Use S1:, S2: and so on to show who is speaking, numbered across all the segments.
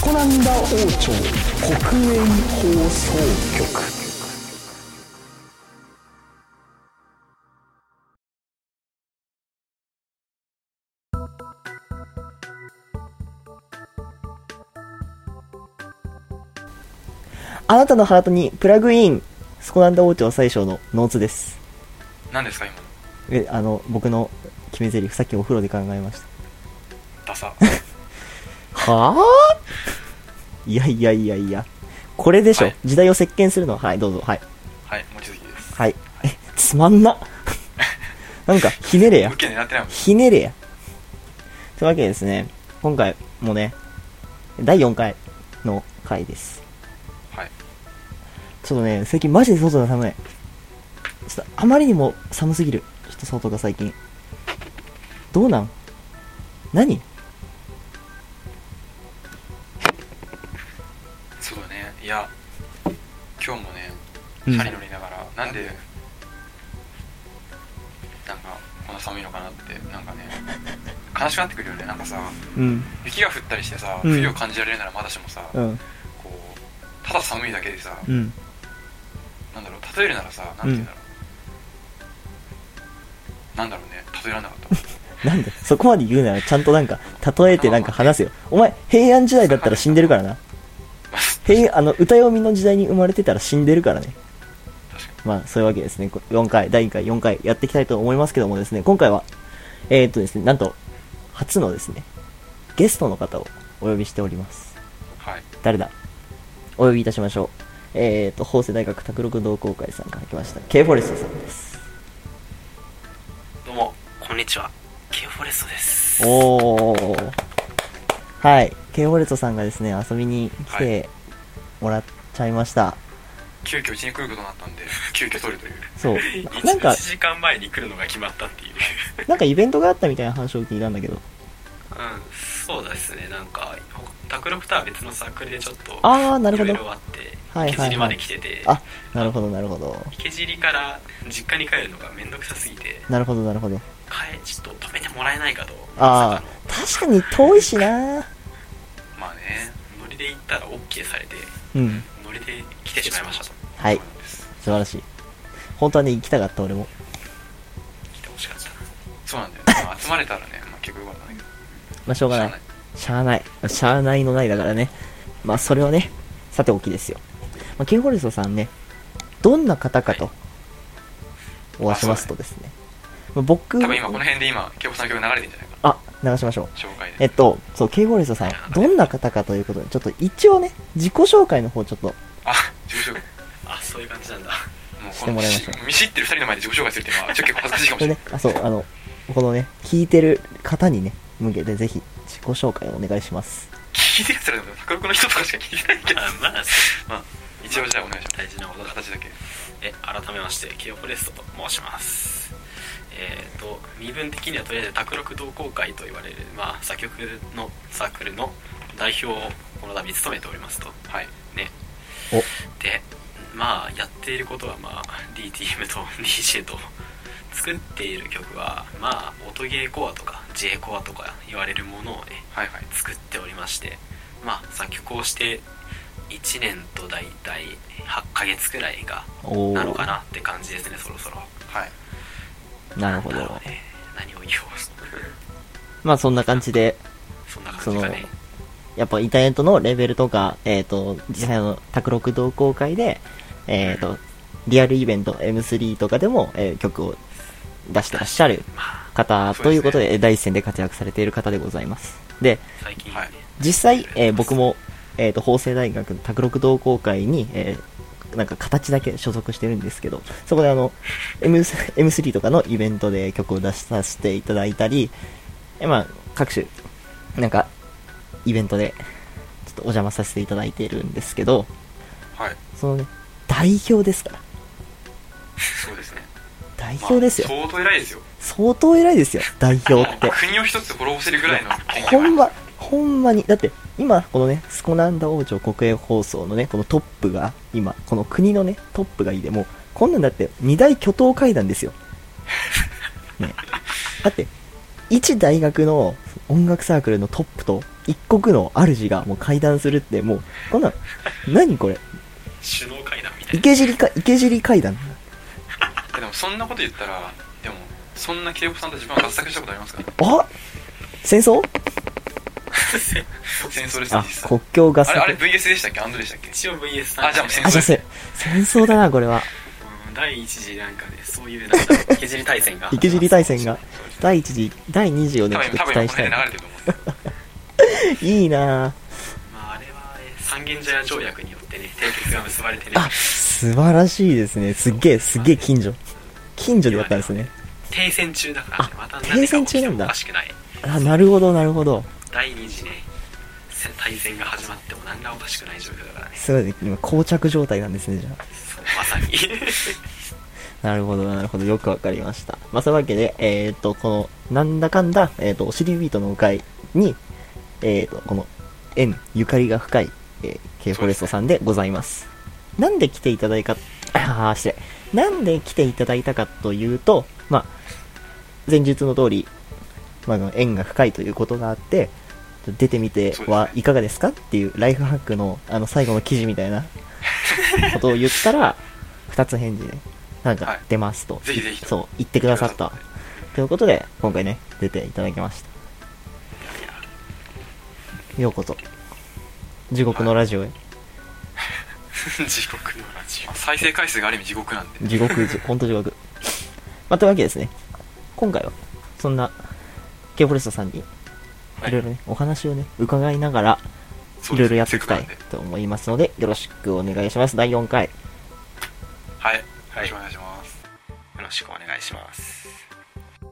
S1: コナンダ王朝国営放送局
S2: あなたのハートにプラグインスコナンダ王朝最小のノーツです
S3: 何ですか今の
S2: えあの僕の決め台詞さっきお風呂で考えまし
S3: ダサ
S2: たはあいやいやいやいやこれでしょ、
S3: はい
S2: 時代を席巻するのははいどうぞはい
S3: はい望月です
S2: はいえつまんななんかひねれや
S3: 受け狙ってないもん
S2: ひねれやというわけでですね今回もね第4回の回です
S3: はい
S2: ちょっとね、最近マジで外が寒い。ちょっとあまりにも寒すぎる。ちょっと外が最近。どうなん何
S3: そうだねいや今日もね
S2: うん
S3: 針乗りながら、なんでなんかこんな寒いのかなってなんかね悲しくなってくるよねなんかさ
S2: うん。
S3: 雪が降ったりしてさ
S2: うん
S3: 冬を感じられるならまだしもさ、
S2: う
S3: こ
S2: ん。
S3: うただ寒いだけでさ、
S2: うん。
S3: なんだろう例えるならさなんて言うんだろう、なんだろうね例えられ なかった
S2: なんでそこまで言うならちゃんとなんか、例えてなんか話せよ。お前、平安時代だったら死んでるからな。平、あの、歌読みの時代に生まれてたら死んでるからね。
S3: 確か
S2: まあ、そういうわけですね。こ4回、第1回、4回やっていきたいと思いますけどもですね、今回は、えー、っとですね、なんと、初のですね、ゲストの方をお呼びしております。
S3: にはい
S2: 誰だお呼びいたしましょうえっ、ー、と法政大学卓六同好会さんから来ました K フォレストさんです
S4: どうも、こんにちは。ケンフォレストです。
S2: おおはい K フォレストさんがですね遊びに来てもらっちゃいました、
S3: 急遽うちに来ることになったんで急遽取るという
S2: そう
S4: 一
S2: なんか
S4: 1時間前に来るのが決まったっていう。
S2: なんかイベントがあったみたいな話を聞いたんだけど
S4: うん、そうですね。なんか、タクロクとは別のサークルでちょっと、
S2: ああなるほ
S4: いろい
S2: ど
S4: ろあって、
S2: はいはいはい
S4: 池尻まで来てて、
S2: あなるほどなるほど
S4: 池尻から実家に帰るのがめんどくさすぎて、
S2: なるほどなるほど
S4: 帰、ちょっと止めてもらえないかと。
S2: ああ
S4: ま
S2: 確かに遠いしな
S3: まあね
S4: さかの乗りで行ったら OK されて、
S2: うん
S4: 乗りで来てしまいましたと。
S2: はい
S3: そうなんです
S2: 素晴らしい本当はね行きたかった俺も
S4: 来てほしかったな。
S3: そうなんだよ、まあ集まれたらね、まあ、結構よかったんだけど
S2: まあしょうがないしゃあない。しゃあないのないだからね。まあ、それはね、さておきですよ。まあ、ケンホルソさんね、どんな方かと、お会いしますとですね。まあ僕、
S3: 多分今この辺で今京子さんの曲流れてんじゃないか
S2: あ、流しましょう。
S3: な紹介
S2: え
S3: で
S2: っと、そう、ケイホルソさん、どんな方かということで、ちょっと一応ね、自己紹介の方ちょっと、
S3: あ自己紹介
S4: あ、そういう感じなんだ。
S3: もう
S2: し
S3: こ
S2: て
S3: の
S2: も
S3: 見
S2: らいま
S3: 知
S2: しょう
S3: 見知ってる2人の前で自己紹介するっていうのはちょっと結構恥ずかしいかも
S2: で
S3: しれな
S2: ね
S3: い、
S2: あ、そう、あの、このね、聞いてる方にね、向けてぜひ、自己紹介をお願いします。
S3: 聞いてるやつらでも拓郎の人とかしか聞いてないけど
S4: あまあ、
S3: まあ一応じゃあお願いしま
S4: 大事なことだ
S3: す形だけ
S4: え改めましてキヨフォレストと申しますえっ、と身分的にはとりあえず卓六同好会と言われる、まあ、作曲のサークルの代表をこの度務めておりますと
S3: はい
S4: ね
S2: お
S4: でまあやっていることはまあ DTM と DJ と作っている曲はまあ音ゲーコアとか J コアとか言われるものをね
S3: はいはい
S4: 作っておりましてまあ作曲をして1年と大体8ヶ月くらいが
S2: お
S4: なのか
S2: ー、
S4: なって感じですねそろそろ
S3: はい
S2: なるほ
S4: んだろ
S2: ど
S4: う。ね何を言おう
S2: まあ、そんな感じで、
S4: そんな感じかね
S2: やっぱインターネットのレベルとか、えっ、と、実際の卓六同好会で、えっ、と、リアルイベント M3 とかでも、えー曲を出してらっしゃる
S4: まあ
S2: 方
S3: そうですね
S2: ということで、えー第一線で活躍されている方でございます。で、
S4: 最近ね、
S3: はい
S2: 実際、えー僕も、えっ、と、法政大学の卓六同好会に、えーなんか形だけ所属してるんですけど、そこであの、M- M3 とかのイベントで曲を出させていただいたり、えーまあ、各種、なんか、イベントで、ちょっとお邪魔させていただいているんですけど、
S3: はい
S2: そのね、代表ですから。
S3: そうですね
S2: 代
S3: まあ
S2: 表ですよ。
S3: 相当偉いですよ
S2: 相当偉いですよ、代表って。
S3: 国を一つ滅ぼせるぐらいの権
S2: ほん
S3: 力
S2: ま、ほんまに。だって、今、このね、スコナンダ王朝国営放送のね、このトップが、今、この国のね、トップがいいで、もう、こんなんだって、二大巨頭会談 ですよ。ね。だって、一大学の音楽サークルのトップと、一国の主がもう会談するって、もう、こんなん、何これ
S4: 首脳会談みたいな
S2: 池尻か、池尻会談
S3: えでもそんなこと言ったらでもそんな慶子さんと自分は合作したことありますか
S2: あ戦争
S3: 戦争です
S2: あ
S3: ね実、際
S2: 国境合
S3: あれあれ
S2: 作。
S3: VS でしたっけアンドでしたっけ
S4: 一応 VS さん
S3: あじゃあもう戦
S2: あ、じゃ
S3: 争で
S2: あ
S3: す
S2: せ戦争だな、これは。
S4: うん第一次なんかねそういうなんか 池尻大戦が
S2: 池尻大戦が。第1次、第2次をね、
S3: 多
S2: ちょっ
S3: 分
S2: と期
S3: 多分
S2: 待
S3: こ
S2: した
S3: れで 流
S2: い。
S3: れてると思う
S2: いいなぁ。
S4: まああれはね三軒茶屋条約によってね締結が結ばれてね
S2: あ、素晴らしいですね。すっげえ、すっげえ近所。近所でやったんですね。
S4: 停戦中だからね
S2: あ
S4: また何か起きてもおかしくない
S2: あ、なるほど、なるほど。
S4: 第二次ねせ大戦が始まっても何らおかしくない状況だからね
S2: すごいね、今、膠着状態なんですね、じゃあ。
S4: そうま さに
S2: なるほど、なるほど。よくわかりました。まあ、そういうわけで、えっ、と、この、なんだかんだ、えっ、と、お尻ビートの会に、えっ、と、この、縁、ゆかりが深い、えー、K フォレストさんでございます。なんで来ていただいた、あー、失礼。なんで来ていただいたかというと、まあ、前述の通り、まあ、あの縁が深いということがあって、出てみてはいかがですかっていうライフハックのあの最後の記事みたいなことを言ったら、2つ返事で、なん
S3: は
S2: か
S3: い
S2: 出ますと、
S3: ぜひぜひ
S2: そう、言ってくださった。ということで、今回ね、出ていただきました。ようこそ、地獄のラジオへ。
S4: 地獄のラジ
S3: まあ 再生回数がある意味地獄なんで
S2: 地 獄、じほんと地獄。まあ、というわけですね。今回は、そんな、K フォレストさんに、
S3: はい
S2: いろいろね、お話をね、伺いながら、
S3: そう
S2: いろ
S3: で
S2: い
S3: す
S2: ろやっていきた
S3: せ
S2: い
S3: っかくなんで
S2: と思いますので、よろしくお願いします。第4回。
S3: はいよ
S4: は
S3: ろ
S4: い
S3: しくお願いします
S4: オよろしくお願いします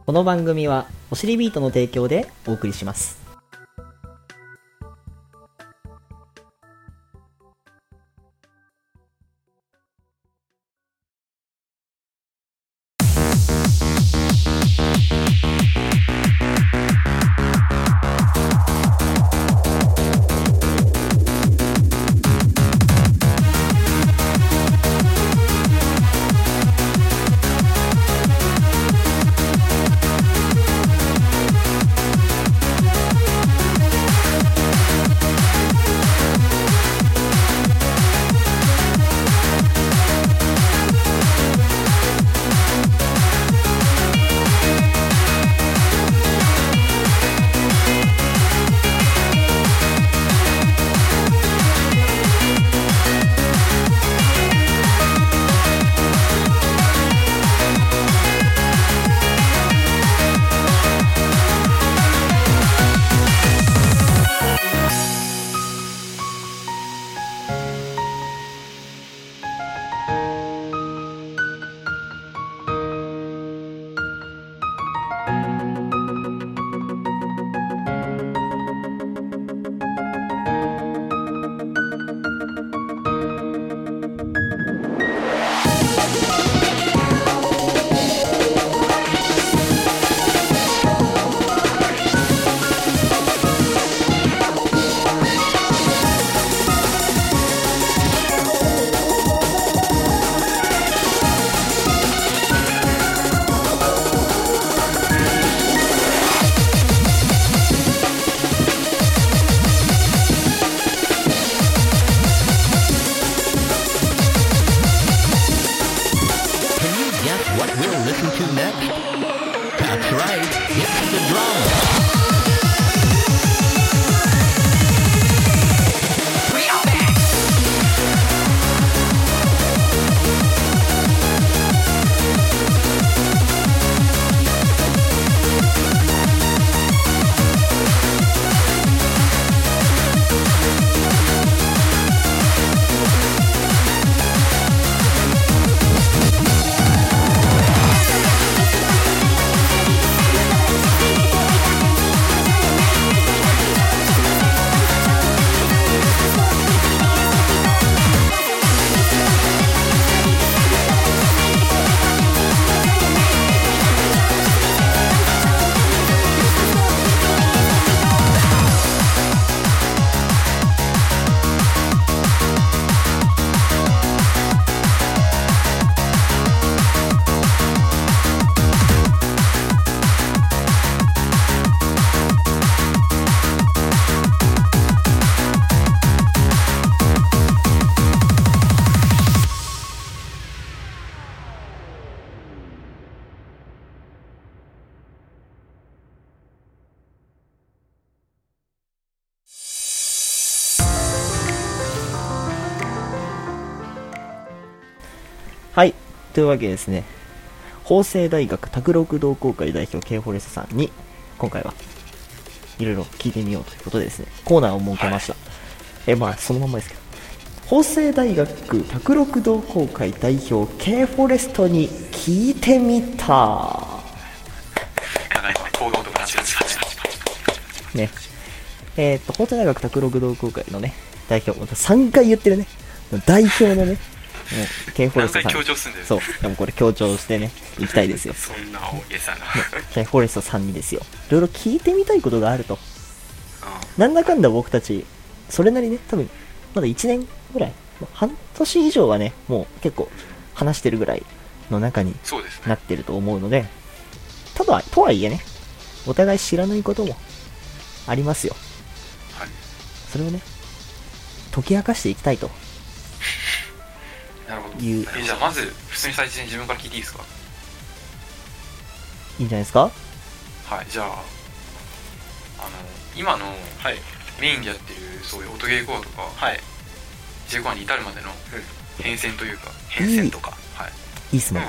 S2: この番組は、おしりビートの提供でお送りします。
S5: 「
S2: というわけでですね法政大学卓六同好会代表 K フォレストさんに今回はいろいろ聞いてみようということでですねコーナーを設けました、えまあそのまんまですけど法政大学卓六同好会代表 K フォレストに聞いてみた
S3: なんか工業とかチラチラチラチラ
S2: ねえっ、と法政大学卓六同好会のね代表3回言ってるね代表のね K フォレストさん
S3: 何回強調すんだよ
S2: そうでもこれ強調してねいきたいですよ
S4: そんな大げさな、
S2: ねフォレストさんにですよいろいろ聞いてみたいことがあると
S4: う
S2: なんだかんだ僕たちそれなりね多分まだ1年ぐらい半年以上はねもう結構話してるぐらいの中に
S3: そうですね
S2: なってると思うのでただとはいえねお互い知らないこともありますよ
S3: はい
S2: それをね解き明かしていきたいと
S3: なるほど
S2: いう
S3: えじゃあまず普通に最初に自分から聞いていいですか
S2: いいんじゃないですか
S3: はいじゃああの今の
S4: んはい
S3: メインでやってるそういう音ゲーコアとか
S4: はい
S3: ジェコアに至るまでの変遷というか、
S4: 変遷とか、
S3: は
S2: い
S3: い
S2: いっすもん、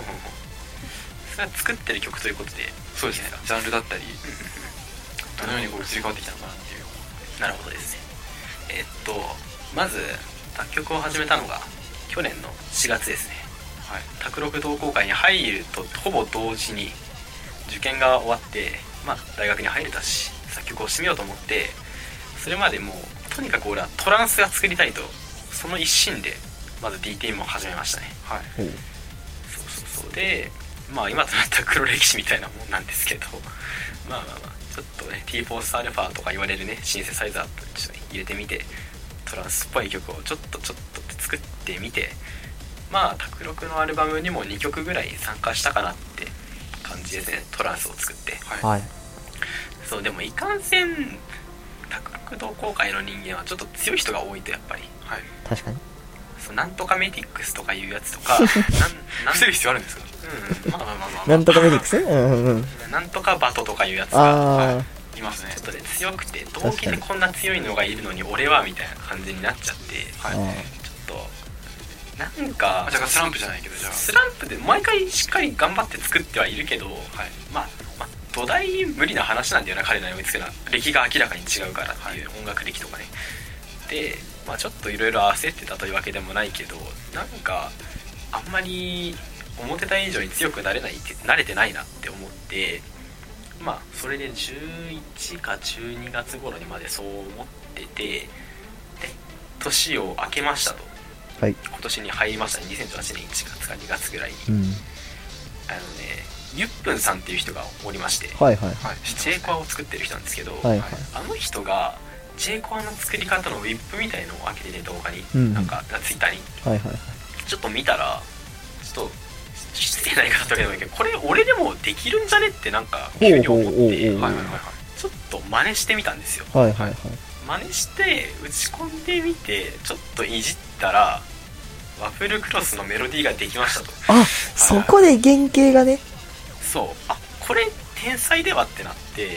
S4: それは作ってる曲ということで
S3: そうですねジャンルだったりどのようにこう移り変わってきたのかなっていう
S4: なるほどですねえーっとまず作曲を始めたのが去年の4月ですね
S3: はい
S4: 卓六同好会に入るとほぼ同時に受験が終わって、まあ、大学に入れたし作曲をしてみようと思ってそれまでもうとにかく俺はトランスが作りたいとその一心でまず DTM を始めましたね
S3: はい
S2: おう
S4: そうそうそうでまあ今となった黒歴史みたいなもんなんですけどまあまあまあちょっとね t 4 s アルファとか言われるねシンセサイザーと一緒に入れてみてトランスっぽい曲をちょっとちょっとって作ってみてまあ卓録のアルバムにも2曲ぐらい参加したかなって感じですねトランスを作って
S3: はい、
S2: はい
S4: そうでもいかんせん卓録同好会の人間はちょっと強い人が多いとやっぱり
S3: はい、
S2: 確かに
S4: そうなんとかメティックスとかいうやつと かなんなん
S3: 伏せる必要あるんですか
S4: うんまあまあまあまあ、まあ、
S2: なんとかメディックスねうんうんうん
S4: なんとかバトとかいうやつが
S2: あ
S3: はい
S2: あ
S3: いますね
S4: ちょっとね強くて動機でこんな強いのがいるのに俺はみたいな感じになっちゃって
S3: はい
S2: うん
S4: ちょっとなんか
S3: あじゃあスランプじゃないけどじゃあ
S4: スランプで毎回しっかり頑張って作ってはいるけど、まあ、まあ土台無理な話なんだよな彼らに追いつくのは歴が明らかに違うからっていう、音楽歴とかねで、まあ、ちょっといろいろ焦ってたというわけでもないけどなんかあんまり思ってた以上に強くなれないって慣れてないなって思ってまあそれで11か12月頃にまでそう思っててで年を明けましたと
S2: はい
S4: 今年に入りましたね2018年1月か2月ぐらいに
S2: うん
S4: あのねゆっぷんさんっていう人がおりまして、
S2: はいはい
S3: はい知って
S4: ジェイコアを作ってる人なんですけど、
S2: はいはい
S4: あの人がジェイコアの作り方のウィップみたいのを開けてね動画に、
S2: うん
S4: なんかツイッターに
S2: はいはい
S4: ちょっと見たらちょっと失礼な言い方だけどこれ俺でもできるんじゃねってなんか急に思っ
S2: ほうほうほう
S4: て、
S2: ほう
S4: はいはいはいはいちょっと真似してみたんですよ
S2: はいはいはい
S4: 真似して打ち込んでみてちょっといじったらワッフルクロスのメロディーができましたと
S2: あそこで原型がね
S4: そうあこれ天才ではってなって、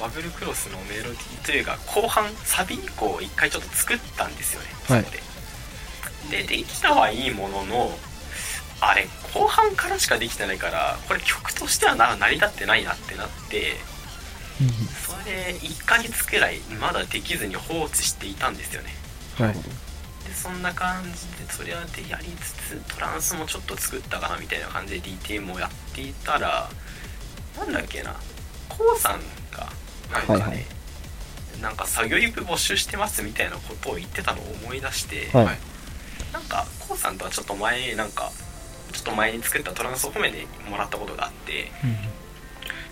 S4: ワブルクロスのメロディーというか後半サビ以降一回ちょっと作ったんですよね
S2: はい
S4: そこででできたはいいもののあれ後半からしかできてないからこれ曲としてはな成り立ってないなってなってそれで1ヶ月くらいまだできずに放置していたんですよね
S2: なるほ
S4: でそんな感じでそれはでやりつつトランスもちょっと作ったかなみたいな感じで DTM をやっていたらなんだっけな KOO さんがなんか
S2: は
S4: ね、
S2: いはい
S4: なんか作業員募集してますみたいなことを言ってたのを思い出して、
S2: どはい
S4: なんか KOO さんとはちょっと前なんかちょっと前に作ったトランスを褒めてもらったことがあって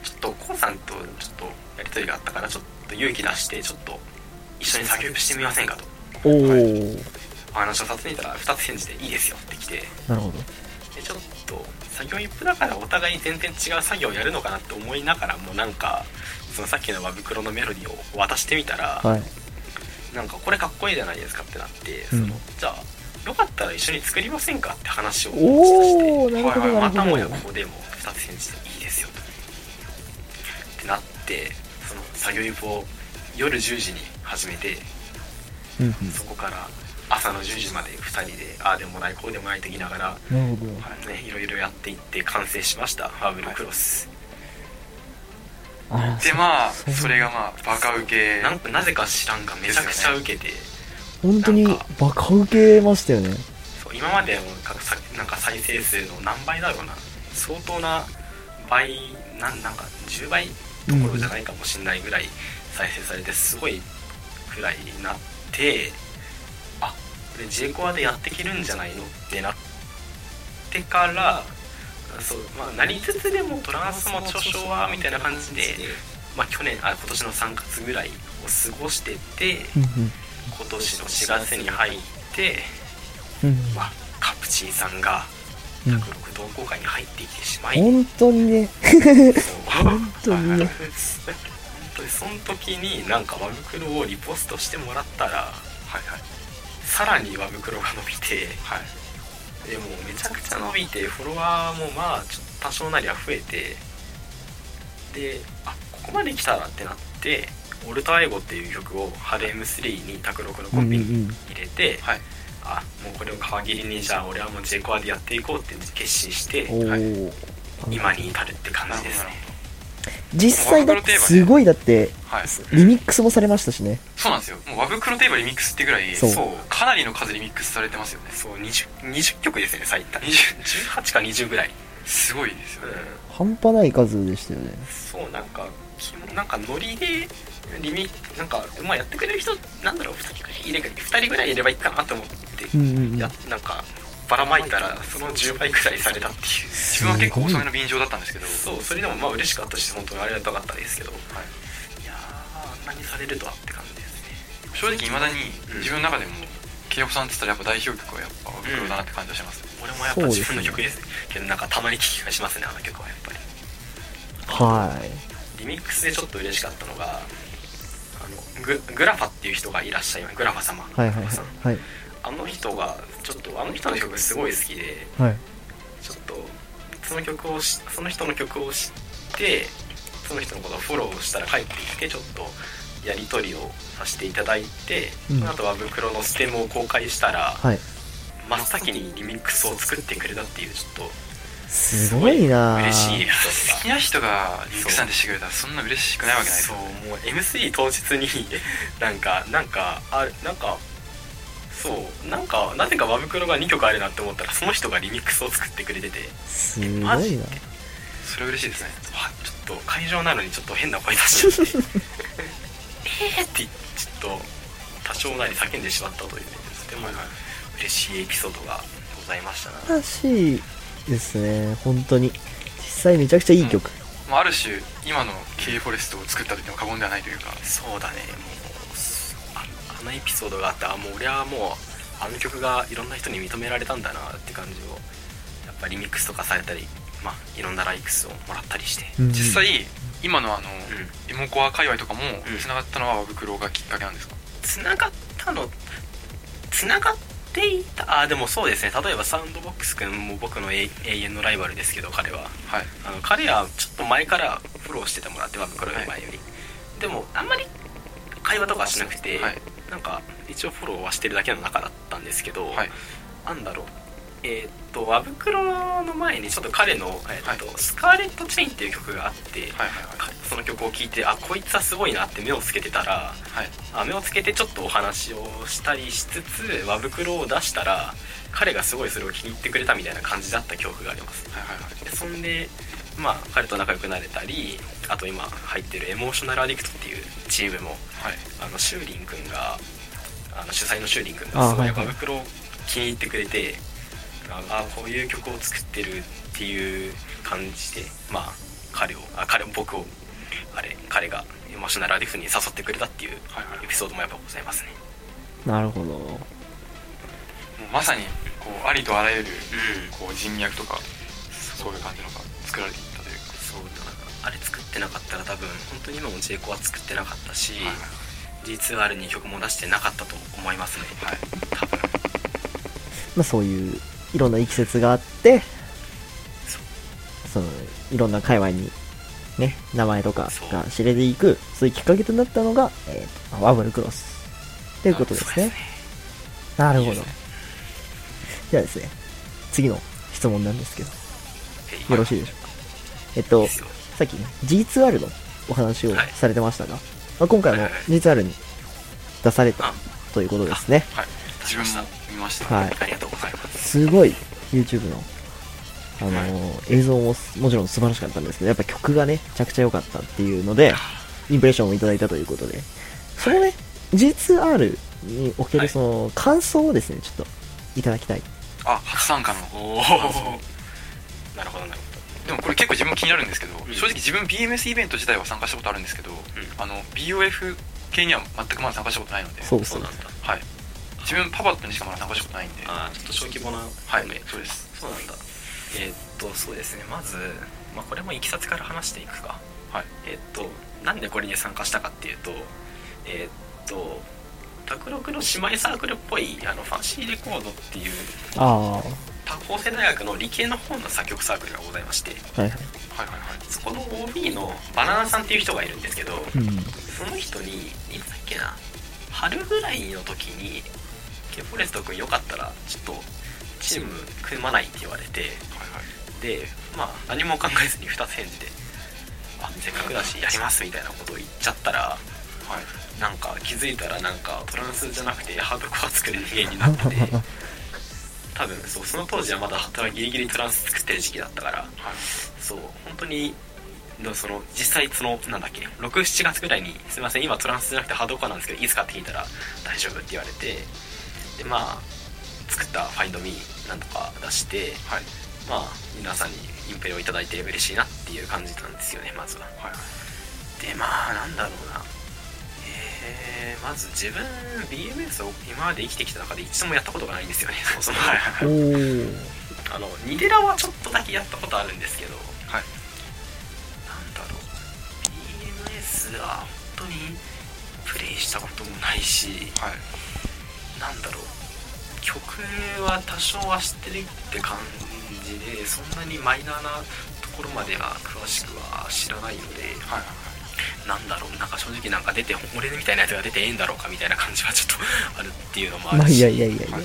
S4: ちょっと KOO さんとちょっとやり取りがあったからちょっと勇気出してちょっと一緒に作業してみませんかと
S2: おおー
S4: お話をさせてみたら2つ返事でいいですよってきて。
S2: なるほど
S4: でちょっと作業一歩だからお互い全然違う作業をやるのかなって思いながらもなんかそのさっきのワブクロのメロディーを渡してみたら、
S2: はい
S4: なんかこれかっこいいじゃないですかってなって、
S2: うん
S4: そのじゃあよかったら一緒に作りませんかって話を
S2: おおなるほ
S4: はい
S2: ど
S4: はい
S2: な
S4: またも
S2: る
S4: や
S2: ほ
S4: ここでも2つ返事でいいですよとってなってその作業一歩を夜10時に始めて
S2: ど
S4: そこから朝の10時まで2人でああでもないこうでもないと言いながら、は
S1: なるほど。
S4: いね、いろいろやっていって完成しましたファブルクロス、
S1: あら、
S3: でまあ
S1: そう
S3: それがまあバカ受け
S4: なんかなぜか知らんがめちゃくちゃ受けて、
S1: 本当に
S4: なんか
S1: バカ受けましたよね。
S4: そう今までのかさなんか再生数の何倍だろうな相当な倍なんなんか10倍どころじゃないかもしれないぐらい再生されてすごいくらいになってあこれ J コアでやってけるんじゃないのってなってからそう、まあ、なりつつでもトランスも著書はみたいな感じで、まあ、去年あ今年の3月ぐらいを過ごしてて今年の4月に入って。まあ、カプチンさんが
S1: うん
S4: 106同好会に入ってきてしまい、
S1: 本当にね、
S4: 本
S1: 当にね
S4: その時になんかワブクロをリポストしてもらったら、さらにワブクロが伸びて、でもうめちゃくちゃ伸びてフォロワーもまあちょっと多少なりは増えてであここまで来たらってなって「オルターエゴ」っていう曲を春 M3 に卓六のコンビ
S1: うんうんう
S4: に
S1: ん
S4: 入れて、
S3: はい
S4: あもうこれを皮切りにじゃあ俺はもう J コアでやっていこうって決心して
S1: おー
S4: 今に至るって感じですね
S3: なる
S1: 実際だってすごいだって、
S3: はい
S1: リミックスもされましたしね。
S3: そうなんですよもう和袋といえばリミックスってぐらい
S1: そう
S3: かなりの数リミックスされてますよね
S4: そう 20, 20曲ですね最多18か20ぐらい、
S3: すごいですよね、
S1: 半端ない数でしたよね。
S4: そうなんかきなんかノリでリミなんかまあやってくれる人なんだろう2人ぐらいいれば2人ぐらいいればいいかなと思って、
S1: うんうんうん
S4: やなんかばらまいたらその10倍くらいされたっていう
S3: 自分は結構遅めの便乗だったんですけど
S4: そうそれでもまあ嬉しかったし本当にありがたかったですけど、い、やーあんなにされるとはって感じですね
S3: 正直いまだに
S4: うん
S3: 自分の中でも慶子さんって言ったらやっぱ代表曲はやっぱ和袋だなって感じはします、
S4: 俺もやっぱ自分の曲ですけどなんかたまに聴き返しますねあの曲はやっぱり
S1: はい。
S4: リミックスでちょっと嬉しかったのがあのググラファっていう人がいらっしゃいますグラファ様、
S1: はいはいはい
S4: さん。
S1: はい。
S4: あの人がちょっとあの人の曲すごい好きで
S1: はい。
S4: ちょっとその曲をしその人の曲を知ってその人のことをフォローしたら帰ってきてちょっとやり取りをさせていただいて、
S1: うん
S4: その後はブクロのステムを公開したら、
S1: はい。
S4: 真っ先にリミックスを作ってくれたっていうちょっと
S1: すごいなぁ
S4: 嬉しい
S3: 好きな人がリミックスなんてしてくれたらそんな嬉しくないわけないです
S4: そう
S3: よ
S4: もう MC 当日に なんかなんかあなんかそうなんかなぜかワブクロが2曲あるなって思ったらその人がリミックスを作ってくれてて
S1: すごいな
S4: マジで
S3: それは嬉しいですね
S4: わちょっと会場なのにちょっと変な声出しちゃってえーってちょっと多少なり叫んでしまったというねとても嬉しいエピソードがございましたな
S1: らしいですね、本当に。実際めちゃくちゃいい曲。
S3: まあある種今の K フォレストを作った時も過言ではないというか
S4: そうだねもうすああのエピソードがあってあもう俺はもうあの曲がいろんな人に認められたんだなって感じをやっぱリミックスとかされたりまあいろんなライクスをもらったりして
S1: うん
S3: 実際今のあの
S4: う
S3: エモコア界隈とかも
S4: うん
S3: 繋がったのは和袋がきっかけなんですか
S4: つながったのつながっていたあでもそうですね例えばサウンドボックス君も僕の永永遠のライバルですけど彼は
S3: はい
S4: あの彼はちょっと前からフォローしててもらってワブクロより前より、でもあんまり会話とかはしなくて、
S3: はい
S4: なんか一応フォローはしてるだけの中だったんですけど、
S3: はい
S4: なんだろうえーっとワブクロの前にちょっと彼の、えーっと
S3: は
S4: スカーレット・チェイン」っていう曲があって、
S3: はいはいはい
S4: かその曲を聴いてあこいつはすごいなって目をつけてたら
S3: はい
S4: あ目をつけてちょっとお話をしたりしつつワブクロを出したら彼がすごいそれを気に入ってくれたみたいな感じだった記憶があります
S3: はいはいはい
S4: でそんで、まあ、彼と仲良くなれたりあと今入ってるエモーショナルアディクトっていうチームも
S3: はい
S4: あのシューリン君があの主催のシューリン君
S1: あ
S4: がすご
S1: はいい
S4: バ
S1: はい
S4: ブクロを気に入ってくれてああこういう曲を作ってるっていう感じでまあ彼をあ彼を僕をあれ彼がエモーショナルアディクトに誘ってくれたっていう
S3: はいはい
S4: エピソードもやっぱございますね
S1: なるほど。
S3: もうまさにこうありとあらゆる
S4: うん
S3: こう人脈とかそういう感じのが作られていったというか
S4: そうだからあれ作ってなかったら多分本当に今も J コは作ってなかったし、
S3: はいはい
S4: G2R に曲も出してなかったと思いますね、
S3: はい
S4: 多分
S1: まあそういう、いろんな季節があって、その、いろんな界隈に、ね、名前とかが知れていく、そういうきっかけとなったのが、えーとワブルクロス。ということですね。
S2: なるほ
S4: いい
S2: ど
S4: ですね。
S2: じゃあですね、次の質問なんですけど、
S4: い
S2: よろしいでしょうか。えっと
S4: で、すよ
S2: さっきね、G2R のお話を
S4: はい
S2: されてましたが、まあ、今回も
S4: はいはい
S2: G2R に出された
S4: あ
S2: ということですね。
S3: はい自分も見ました
S2: はい。
S4: ありがとうございます
S2: すごい YouTube の、あのー映像ももちろん素晴らしかったんですけど、やっぱ曲がね、めちゃくちゃ良かったっていうので、インプレッションをいただいたということで、そのね、G2R におけ
S4: は
S2: る
S4: い
S2: その感想をですね、ちょっといただきたい。
S3: あ初参加の
S4: おおなるほどなる
S3: でもこれ結構自分気になるんですけど、
S4: ん
S3: 正直自分 BMS イベント自体は参加したことあるんですけど、あの BOF 系には全くまだ参加したことないので
S2: そう
S4: ほど
S2: そ
S4: そう
S2: う
S4: なん。だ
S3: はい、自分パパットにしかまだ参加したことないんでは
S4: ああちょっと小規模な方
S3: い
S4: 面
S3: そうです
S4: そうなんだえーっとそうですねまず、まあ、これもいきさつから話していくか
S3: はい
S4: えーっとなんでこれに参加したかっていうとえーっと卓六の姉妹サークルっぽいあのファンシーレコードっていう
S2: あ
S4: 多法政大学の理系の方の作曲サークルがございまして
S2: あ、はいはい。
S3: はいはいはい
S4: そこの OB のバナナさんっていう人がいるんですけど、
S2: うん。
S4: その人に、いつだっけな、春ぐらいの時に、ケポレスト君よかったら、ちょっと、チーム組まないって言われて、で、まあ、何も考えずに2つ返事で、あ、せっかくだし、やりますみたいなことを言っちゃったら、
S3: はいはい
S4: なんか気づいたらなんかトランスじゃなくてハードコア作る人間になって て多分そうその当時はまだトラギリギリトランス作ってる時期だったから
S3: はい
S4: そう本当にのその実際そのなんだっけ67月ぐらいに「すいません今トランスじゃなくてハードコアなんですけどいいですか?」って聞いたら「大丈夫」って言われてでまあ作った「ファインドミーなんとか出して
S3: はい
S4: まあ皆さんにインプレをいただいて嬉しいなっていう感じなんですよねまずは。
S3: はいはい
S4: でまあなんだろうなえー、まず自分 BMS を今まで生きてきた中で一度もやったことがないんですよねそも そも
S2: おー。
S4: あのニデラはちょっとだけやったことあるんですけど
S3: はい
S4: なんだろう BMS は本当にプレイしたこともないし
S3: はい
S4: なんだろう曲は多少は知ってるって感じでそんなにマイナーなところまでは詳しくは知らないので
S3: はいはい
S4: なんだろうなんか正直なんか出て俺みたいなやつが出てええんだろうかみたいな感じはちょっとあるっていうのもあ
S2: ま
S4: る
S2: あい
S4: し、
S2: やいやいやいや。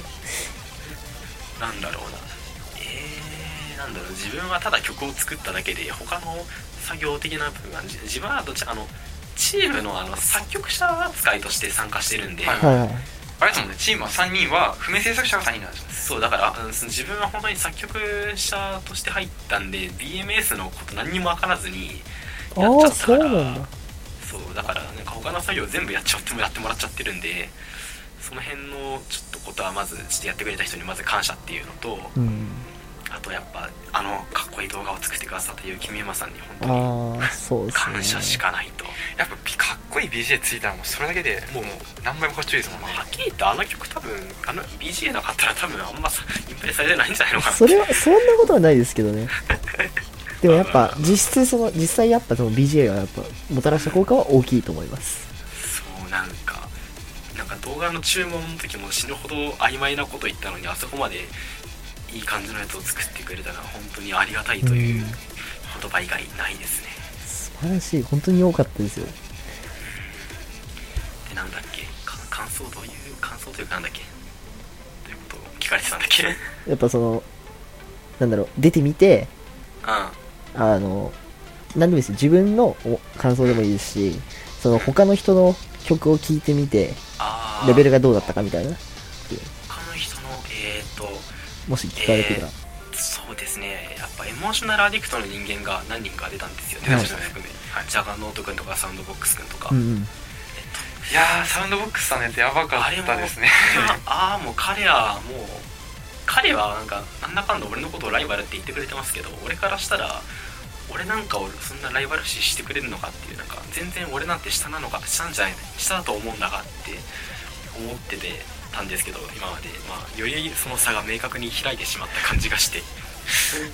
S4: なんだろうなえー、なんだろう自分はただ曲を作っただけで他の作業的な部分はじ自分はどっちあのチームのあの作曲者扱いとして参加してるんで、
S3: はい
S2: はいはい。
S3: あれですもんねチームは3人は不明制作者が3人なんですよね
S4: そうだからあのその自分は本当に作曲者として入ったんで BMS のこと何にも分からずにやっ
S2: あ
S4: ち
S2: あ、
S4: ゃったか
S2: そう
S4: ら
S2: なんだ。
S4: そうだからなんか他の作業全部やっちゃってもやってもらっちゃってるんでその辺のちょっとことはまずちょっとやってくれた人にまず感謝っていうのと
S2: うん。
S4: あとやっぱあのかっこいい動画を作ってくださったゆきみやまさんに本当
S2: ああ、そうで
S4: に
S2: すね。
S4: 感謝しかないと、
S3: やっぱかっこいい BJ ついたらもうそれだけでもうもう何倍もかっちょいいですもんね
S4: はっきり言ってあの曲多分あの BGA なかったら多分あんまさインプレされてないんじゃないのかな
S2: それは、そんなことはないですけどね。でもやっぱ、実質その、実際やっぱその BGA がやっぱ、もたらした効果は大きいと思います。
S4: そうなんかなんか動画の注文の時も死ぬほど曖昧なこと言ったのにあそこまでいい感じのやつを作ってくれたのは本当にありがたいという
S2: うん
S4: 言葉以外ないですね、
S2: 素晴らしい。本当に良かったですよ。
S4: でなんだっけか感想どういう感想というかなんだっけということを聞かれてたんだっけ うん
S2: やっぱその、なんだろう、出てみて、
S4: あ
S2: あの、何でもいいですよ自分のお感想でもいいですし、その他の人の曲を聴いてみて、
S4: あー
S2: レベルがどうだったかみたいな、
S4: 他の人のえー、っと
S2: もし聞かれてたら。
S4: そうですねやっぱエモーショナルアディクトの人間が何人か出たんですよね、
S2: はい
S4: 私も含め、ジャガーノート君とかサウンドボックス君とか、
S2: うんうん。
S3: いやーサウンドボックスさんのやつやばかったですね
S4: あれもあーもう彼はもう彼はなんかなんだかんだ俺のことをライバルって言ってくれてますけど俺からしたら俺なんかをそんなライバル視してくれるのかっていうなんか全然俺なんて下なのか下なんじゃない下だと思うんだがって思っててたんですけど今までまあよりその差が明確に開いてしまった感じがして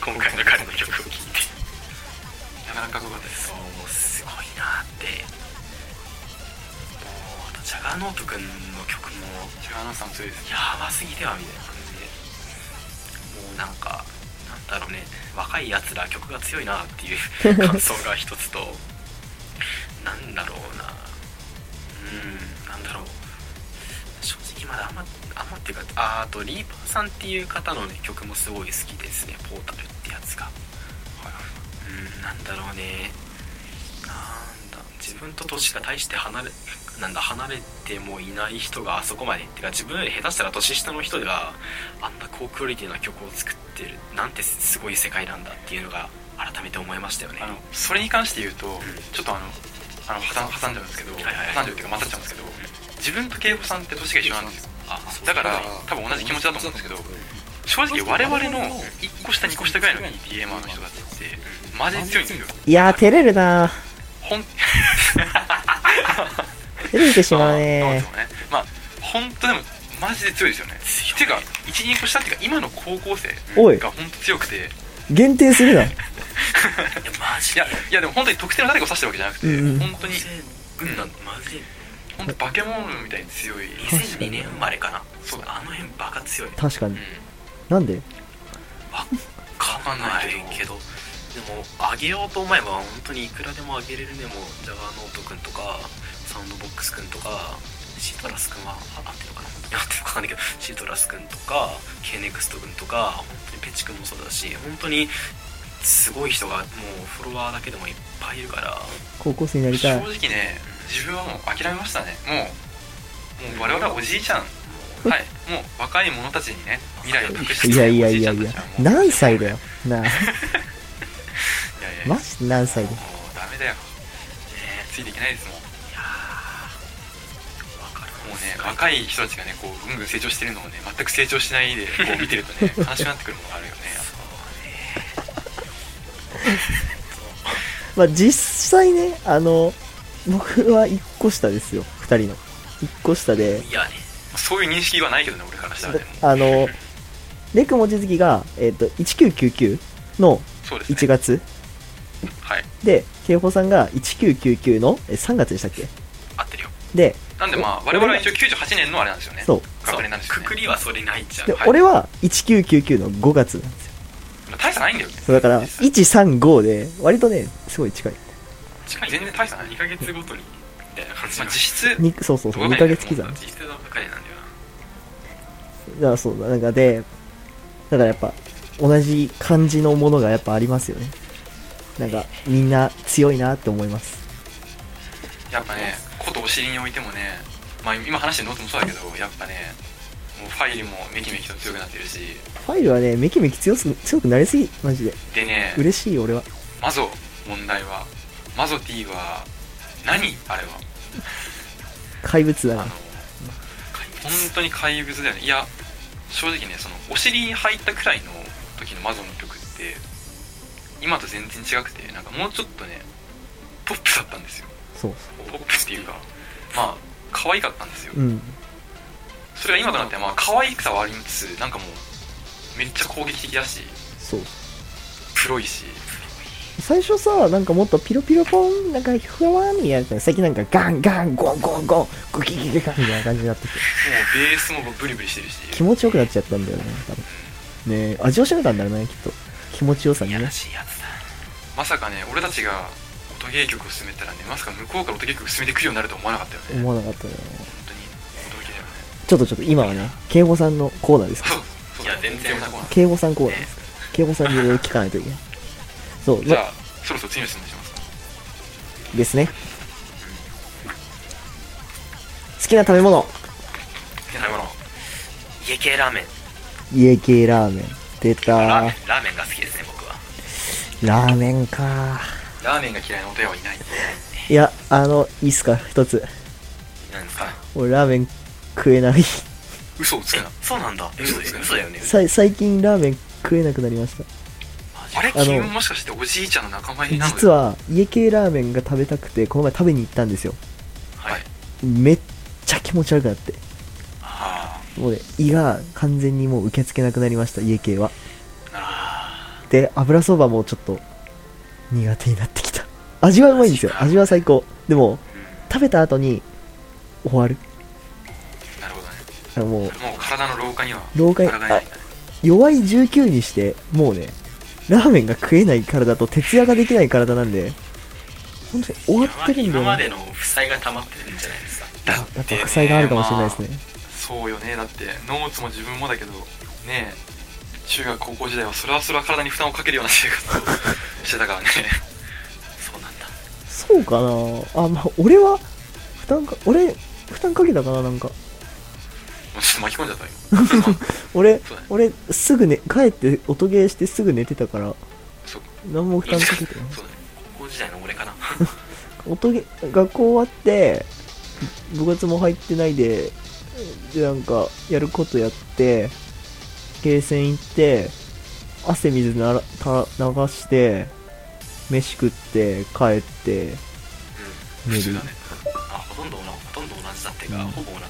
S4: 今回の彼の曲を聴いて
S3: いやなかなかかっこよかったです
S4: そうもうすごいなってもうあとジャガーノート君の曲も
S3: ジャガーナさんも強いですね
S4: やばすぎてはみたいな感じでもうなんかなんだろうね若いやつら曲が強いなってい う感想が一つとなんだろうなうんなんだろう正直まだあんまあんまっていうかあーあとリーパーさんっていう方のね曲もすごい好きですねポータルってやつがうんなんだろうねなんだ自分と年が大して離れなんだ離れてもいない人があそこまでってか自分より下手したら年下の人があんな高クオリティな曲を作ってるなんてすごい世界なんだっていうのが改めて思いましたよね
S3: あのそれに関して言うとちょっとあのあの挟ん挟んじゃうんですけど、
S4: いはいはい
S3: 挟んじゃうっていうか混ざっちゃうんですけど自分と慶子さんって年が一緒なんですよ
S4: あそう
S3: だから多分同じ気持ちだと思うんですけど正直我々の1個下2個下ぐらいの DMR の人たちってマジで強いんですよ
S2: いやー、照れるなー。
S3: ほん
S2: 照れてしまう
S3: なんで
S2: ね
S3: すよねまあ本当でもマジで強いですよねっていうか12個下っていうか今の高校生
S2: おい
S3: が本当強くて
S2: ー。限定するな。
S4: いやマジ
S3: い
S4: で
S3: やいやでも本当に特定の誰かを指してるわけじゃなくて、
S2: うんうん
S3: 本当に
S4: 軍団マジで
S3: 本当化け物みたいに強い
S4: 2002年生まれかな
S3: そうだ
S4: あの辺バカ強いわ
S2: 確かに
S3: うん。
S2: なんで
S4: かんないけどでもあげようと思えば本当にいくらでもあげれるねもうジャガーノートくんとかサウンドボックスくんとかシートラスくんはあ合ってるのかな本当に合ってるのかわかんないけどシートラスくんとか k ネクストくんとか本当にペチくんもそうだし本当にすごい人がもうフォロワーだけでもいっぱいいるから
S2: 高校生になり
S3: 正
S2: たい。
S3: 直ね自分はもう諦めましたねもうもう我々はおじいちゃんはいもう若い者たちにね未来を託して
S2: いやいやいやい
S3: おじ
S2: や
S3: ちゃんたちはも、う
S2: 何歳だよ。なあ、
S3: いやいやいや
S2: マジで何歳だ
S3: も
S2: よ。
S3: うダメだよついていけないですもん
S4: いやーわかる
S3: もうね若い人たちがねこうぐんぐん成長してるのをね全く成長しないでこう見てると ね悲しくなってくるものがあるよね
S2: まあ、実際ね、あの、僕は一個下ですよ。二人の。一個下で、
S4: いやね
S3: そういう認識はないけどね俺からしたらねもう
S2: あの、レクモジズキが、えっ、と、1999の
S3: そうですね
S2: 1月
S3: はい
S2: で、ケイホさんが1999のえ3月でしたっけ
S4: 合ってるよ
S2: で、
S3: なんでまあ
S2: お
S3: 我々は一応98年のあれなんですよね
S2: そう。
S3: 学年なんですよ
S4: く
S3: ね
S4: くりはそれに入っちゃう
S2: で、
S3: はい
S2: 俺は1999の5月なんですよ。
S3: まあ大差ないんだよね
S2: そうだから、
S3: 実際
S2: 135で、割とね、すごい近い。
S4: 近い
S3: 全然大差ない
S4: 2ヶ月ごとにみたいな感じ
S3: まあ
S4: の
S3: 実質
S2: にそうそうそう、2ヶ月刻み。だか
S4: 実質のばかりなんだよな
S2: らそうだ、なんかで、だからやっぱ、同じ感じのものがやっぱありますよね。なんか、みんな強いなって思います。
S3: やっぱねことお尻に置いてもねまあ今話してるノートもそうだけどやっぱねもうファイルもめきめきと強くなってるし
S2: ファイルはね、めきめき強す強くなりすぎ、マジで。
S3: でね
S2: 嬉しい、俺は。
S3: マゾ問題はマゾ T は何あれは
S2: 怪物だ
S3: あの
S2: な。
S3: 本当に怪物だよねいや正直ねそのお尻に入ったくらいの時のマゾの曲って今と全然違くてなんかもうちょっとねポップだったんですよ
S2: そう
S3: ポップっていうかまあ可愛かったんですよ
S2: そう。うん。
S3: それが今となってはまあ可愛さはありつつなんかもうめっちゃ攻撃的だし
S2: そう。
S3: プロいし
S2: 最初さ、なんかもっとピロピロポン、なんかふわーみやった最近なんかガンガン、ゴンゴンゴン、ゴキギギガンみたいな感じになってて、
S3: もうベースもブリブリしてるし
S2: 気持ちよくなっちゃったんだよね、多分。ねえ、味を占めたんだろうね、きっと。気持ちよさに
S4: いや
S2: ね
S4: ら。しいやつだ
S3: まさかね俺たちが音ゲー曲を進めたらねまさか向こうから音ゲー曲進めてくるようになると思わなかったよね
S2: 思わなかったね。
S3: 本当に驚きだよね
S2: ちょっとちょっと今はね、慶吾さんのコーナーですか
S3: そ
S2: ら。
S3: うそう
S4: いや全然
S2: 慶吾さんコーナーですから。慶吾さんにいろいろ聞かないといけない。そう、
S3: じゃ
S2: ま、
S3: あそろそろ次の質問しますか
S2: ですね。好きな食べ物、
S3: なるほど
S4: 家系ラーメン
S2: 家系ラーメン。出
S4: ラー
S2: た
S4: メンラーメンが好きですね僕は
S2: ラーメンか
S3: ラーメンが嫌いなお手はいない
S2: いや、あの、いいっすか、一つ。
S4: なんですか
S2: 俺ラーメン食えない
S3: 嘘をつくな
S4: そうなんだ嘘だよ嘘だよね
S2: さい最近ラーメン食えなくなりました
S3: あれ
S2: あの
S3: 君もしかしておじいちゃんの仲間入りなの
S2: 実は家系ラーメンが食べたくてこの前食べに行ったんですよ
S3: はい
S2: めっちゃ気持ち悪くなって
S3: あ
S2: もうね胃が完全にもう受け付けなくなりました家系は
S3: あなるほど
S2: で油そばもちょっと苦手になってきた味はうまいんですよ味は最高でも食べた後に終わる
S3: なるほどね
S2: あのもう
S3: もう体の老化には
S2: 老化に
S3: 抗えないんだね
S2: 弱い19にしてもうねラーメンが食えない体と徹夜ができない体なんで本当に終わってるんだ
S4: 今
S2: よ
S4: ま
S2: ね
S4: での負債が溜まってるんじゃないですか
S3: だ
S2: やっぱ負債があるかもしれないですね。
S3: そうよねだって脳打つも自分もだけどねえ中学高校時代はそれはそれは体に負担をかけるような生活をしてたからね
S4: そうなんだ
S2: そうかなあ、まあ、俺は、負担か、俺、負担かけたかな、なんか。
S3: もうちょっと巻き込んじゃった今
S2: 俺
S3: そうだね、
S2: 俺、すぐ寝、帰って音ゲーしてすぐ寝てたから、
S3: そう
S2: 何も負担かけ てない。
S3: そうだね
S4: 高校時代の俺かな
S2: 音ゲー、学校終わって、部活も入ってないで、で、なんか、やることやって、ゲーセン行って、汗水ならた流して、飯食って、帰って、寝
S3: うん普
S2: る
S3: 通だね
S4: あほとんど同じほとんど同じだっていうか、
S2: うん
S4: ほぼ同じ